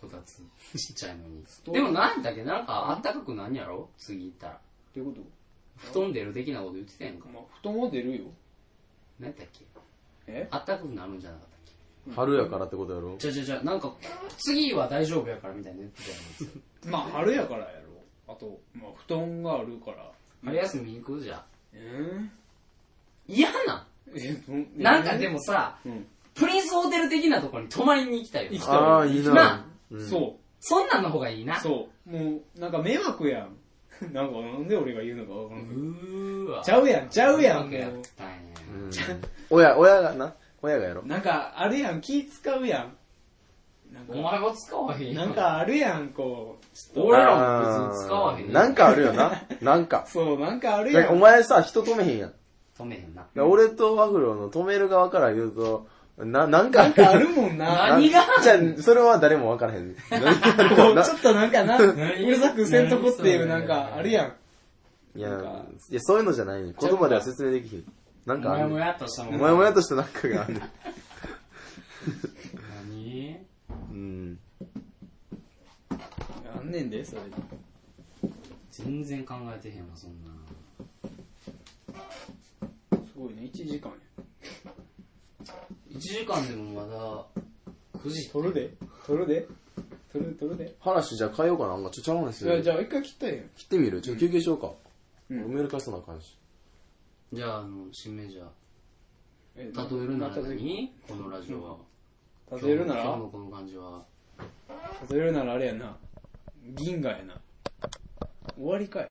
Speaker 2: こたつ。ちっちゃいのに
Speaker 1: ト。ーブ
Speaker 2: でもなんだっけ、なんかあったかくなんやろ次行ったら。
Speaker 1: っていうこ
Speaker 2: 布団出る的なこと言ってたやんか
Speaker 1: と。まあ、布団は出るよ。
Speaker 2: 何やったっけ
Speaker 1: え
Speaker 2: あったかくなるんじゃなかったっけ
Speaker 3: 春やからってことやろ
Speaker 2: じゃあじゃあじゃあなんか、次は大丈夫やからみたいな言ってたや
Speaker 1: ま
Speaker 2: ん。
Speaker 1: あ、春やからやろ。あと、まあ、布団があるから。
Speaker 2: 春休み行くじゃん。
Speaker 1: え
Speaker 2: 嫌な
Speaker 1: ええ
Speaker 2: んなんかでもさ、
Speaker 1: うん。
Speaker 2: プリンスホテル的なところに泊まりに行きたいよ
Speaker 1: 行き
Speaker 2: な。
Speaker 1: た
Speaker 3: ああ、いいな
Speaker 2: な。
Speaker 3: うん
Speaker 1: そ
Speaker 2: そんなんの方がいいな。
Speaker 1: う、そう。もう、なんか迷惑やん。 [LAUGHS] なんか、なんで俺が言うのかわから
Speaker 2: うん
Speaker 1: けど。
Speaker 2: ーわ。
Speaker 1: ちゃうやん、ちゃうやん、
Speaker 2: 迷惑やっ
Speaker 1: も
Speaker 2: たんや。
Speaker 3: うん親、親がな。親がやろ
Speaker 1: う。。なんか、あるやん、気使うやん。なん
Speaker 2: お
Speaker 1: か、
Speaker 2: 前は使わへんや
Speaker 1: なんかあるやん、こう。ちょっ
Speaker 2: 俺らも別に使わへんや
Speaker 3: あーなんかあるよな。なんか
Speaker 1: [LAUGHS] と。そう、なんかある
Speaker 3: なん
Speaker 1: や
Speaker 3: かお
Speaker 1: ん。
Speaker 3: 前さ、人止めへんやん。だか
Speaker 2: 止めへんな。
Speaker 3: ら俺とワフロの止める側から言うと、な、なんか
Speaker 1: なんかあるもんな。
Speaker 2: 何が
Speaker 3: じゃあ、それは誰もわからへん。何がある
Speaker 1: こ
Speaker 3: か
Speaker 1: う [LAUGHS]
Speaker 3: な
Speaker 1: ちょっとなんかな、うるさくせんとこっていう、
Speaker 2: 何
Speaker 1: なんか、あるやん。
Speaker 3: いや
Speaker 1: なんか、
Speaker 3: いや、そういうのじゃないね。言葉では説明できひん。なん
Speaker 2: も
Speaker 3: かあ
Speaker 2: や
Speaker 3: る
Speaker 2: も
Speaker 3: ね。
Speaker 2: やっとしたも
Speaker 3: も
Speaker 2: ん。
Speaker 3: やもやとしたなん
Speaker 1: [LAUGHS]
Speaker 3: かがあるね。
Speaker 2: 何
Speaker 3: うん。
Speaker 1: あんねんで、それ。
Speaker 2: 全然考えてへんわ、そんな。
Speaker 1: すごいね、1時間や。
Speaker 2: 1時間でもまだ9時。
Speaker 1: 取るで、取るで、取る、取るで。
Speaker 3: 話じゃあ変えようかな。なんかちょ、ちゃうんです
Speaker 1: じゃ
Speaker 3: よ
Speaker 1: あ、。じゃあ一回切ったらええやん。
Speaker 3: 切ってみるちょ、休憩しようか。
Speaker 1: うん
Speaker 3: 俺メール返すな感じ。
Speaker 2: じゃあ、あの、新名じゃあ、
Speaker 1: え
Speaker 2: 例えるなら
Speaker 1: 例
Speaker 2: 何このラジオは。
Speaker 1: えるな
Speaker 2: 今日
Speaker 1: ら
Speaker 2: のこの感じは。
Speaker 1: 例えるならあれやな。銀河やな。終わりかい。